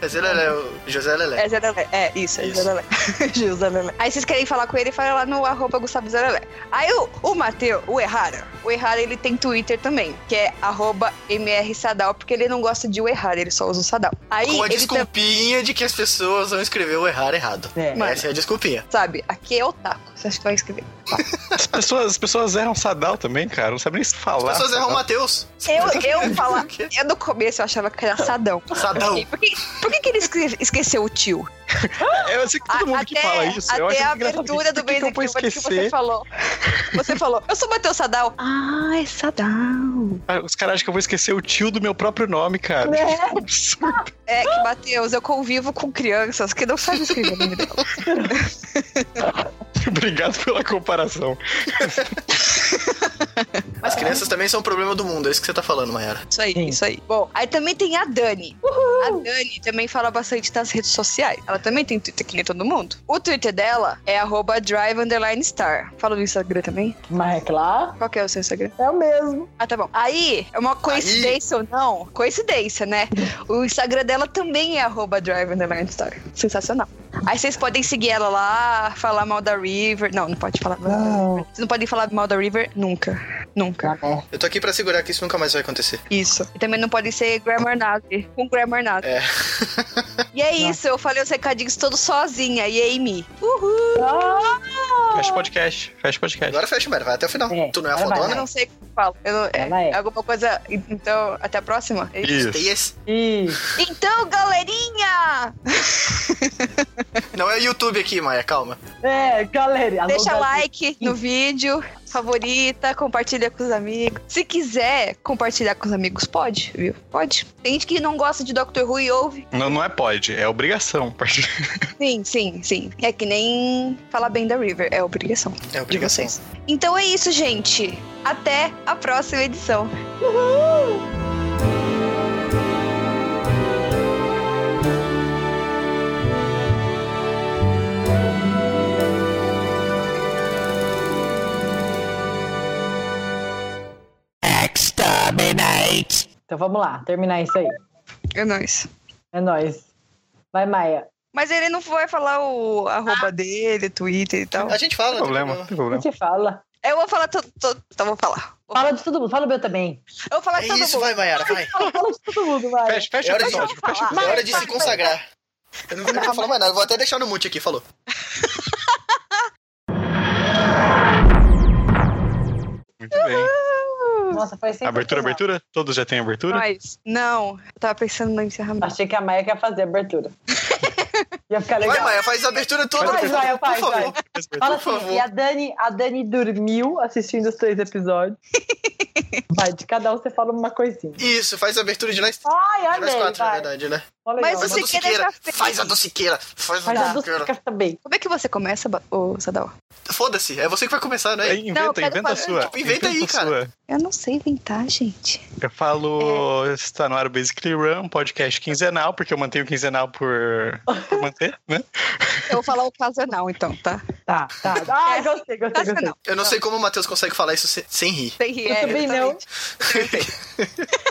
S5: É Zé Lelé, o José Lelé.
S2: É Zelelé. É, isso, é <laughs> Zelelé. José Lelé. Aí vocês querem falar com ele, fala lá no arroba Gustavo Zelelé. Aí o, o Matheus, o Errara, o Errara ele tem Twitter também, que é arroba mrsadal, porque ele não gosta de o Errara, ele só usa o Sadal. Aí
S5: Com
S2: ele tá-
S5: a
S2: tam-
S5: desculpinha de que as pessoas vão escrever o errar errado. Essa é a desculpinha.
S2: sabe, aqui é o taco, você acha que vai escrever?
S10: As pessoas, as pessoas erram Sadal também, cara. Não sabe nem se falar.
S5: As pessoas erram o
S10: Sadal.
S5: Matheus.
S2: Eu,
S10: <laughs>
S2: eu falar, eu no começo eu achava que era Sadão.
S5: Sadão.
S2: <laughs> E Por que, por que, que ele escreve- esqueceu o tio?
S10: Eu sei que todo mundo que fala isso, eu
S2: Até
S10: acho
S2: a
S10: engraçado
S2: abertura
S10: isso.
S2: do
S10: Por que que
S2: Basic
S10: eu vou
S2: Human que você
S10: esquecer?
S2: falou. Você falou, eu sou Matheus Sadal. Ah, é Sadal.
S10: Ah, Os caras acham que eu vou esquecer o tio do meu próprio nome, cara. <laughs>
S2: É que, Matheus, eu convivo com crianças que não sabem escrever o nome dela.
S10: Obrigado pela comparação.
S5: As crianças também são um problema do mundo, é isso que você tá falando, Mayara.
S2: Isso aí, isso aí. Bom, aí também tem a Dani. A Dani também fala bastante nas redes sociais. Ela também tem Twitter, que nem todo mundo. O Twitter dela é arroba drive underline star. Fala no Instagram também?
S4: Mas é claro.
S2: Qual que é o seu Instagram?
S4: É o mesmo.
S2: Ah, tá bom. Aí, é uma coincidência ou não? Coincidência, né? O Instagram dela também é arroba drive underline star. Sensacional. Aí vocês podem seguir ela lá, falar mal da River. Não, não pode falar mal da
S4: Não.
S2: River. Vocês não podem falar mal da River nunca. Nunca.
S5: Eu tô aqui pra segurar que isso nunca mais vai acontecer.
S2: Isso. E também não pode ser grammar nazi. Com grammar nazi.
S5: É.
S2: <laughs> E é isso, eu falei os recadinhos todos sozinha. E aí, Mi? Uhul!
S4: Ah,
S10: Fecha o podcast. Fecha o podcast.
S5: Agora fecha, Mayara, vai até o final. tu não é a
S2: Eu
S5: fodona?
S2: não sei o que eu falo. Eu não- é, alguma coisa. Então, até a próxima. É
S5: né?
S2: isso?
S5: Yes.
S2: Então, galerinha!
S5: Não é o YouTube aqui, Maia, calma.
S4: É, galera.
S2: Deixa like no vídeo, favorita, compartilha com os amigos. Se quiser compartilhar com os amigos, pode, viu? Pode. Tem gente que não gosta de Doctor Who e ouve.
S10: Não, não é pode, é obrigação.
S2: Sim, sim, sim. É que nem falar bem da River, é obrigação.
S5: É obrigação.
S2: Então é isso, gente. Até a próxima edição.
S4: Exterminate! Então vamos lá, terminar isso aí.
S2: É nóis.
S4: É nóis. Vai, Maia.
S2: Mas ele não vai falar o arroba dele, Twitter e tal.
S5: A gente fala,
S10: Não tem problema, não tem
S4: O que
S10: problema.
S4: você fala?
S2: Eu vou falar todo. To, então vou falar.
S4: Fala de todo mundo, fala o meu também.
S2: Eu vou falar
S5: É
S2: de todo
S5: isso,
S2: mundo.
S5: vai, Mayara, vai.
S4: Fala, fala de todo mundo, vai.
S10: Fecha, fecha
S5: É
S10: o
S5: hora de-
S10: episódio. Fecha o
S5: É hora de se consagrar. Eu não eu não vou falar mais nada, eu vou até deixar no mute aqui, falou.
S10: Muito bem.
S4: Nossa, foi sem
S10: Abertura, abertura? Todos já têm abertura?
S2: Mas, não, é. eu tava pensando no encerramento.
S4: Achei que a Maia quer fazer
S2: <laughs>
S4: a abertura. Ia ficar legal.
S5: Vai, Maia, faz a abertura toda.
S4: Faz, Maia, faz,
S5: por
S4: vai.
S5: favor.
S4: Fala
S5: Por
S4: assim,
S5: favor.
S4: e a Dani, a Dani dormiu assistindo os
S2: <laughs>
S4: três episódios. Vai, de cada um você fala uma coisinha.
S5: Isso, faz a abertura de nós,
S4: Ai,
S5: de nós
S4: amei,
S5: quatro, na
S4: vai.
S5: verdade, né?
S4: Mó legal.
S2: Mas
S5: Faz a
S2: você tá.
S5: do
S2: quer
S5: Siqueira,
S2: deixar feito.
S5: faz a do Siqueira, faz a
S4: Faz a
S5: do
S4: dos
S5: Siqueira.
S4: caras também.
S2: Como é que você começa, Ba- ô Sadal?
S5: Foda-se, é você que vai começar, não é?
S10: Inventa,
S2: Não, quero
S10: inventa
S2: falar-
S10: a sua.
S5: Tipo, inventa aí,
S10: a
S5: cara.
S10: sua.
S2: Eu não sei inventar, gente.
S10: Eu falo,
S2: É.
S10: está no ar o Basically Run, um podcast quinzenal, porque eu mantenho o quinzenal por, por manter, né?
S2: Eu vou falar ocasional, então, tá?
S4: Tá,
S2: <laughs>
S4: tá. Ah, gostei, gostei, gostei.
S2: Ocasional.
S5: Eu não sei como o Matheus consegue falar isso se- sem rir.
S2: Sem rir,
S4: Eu
S2: é,
S4: também não.
S2: exatamente.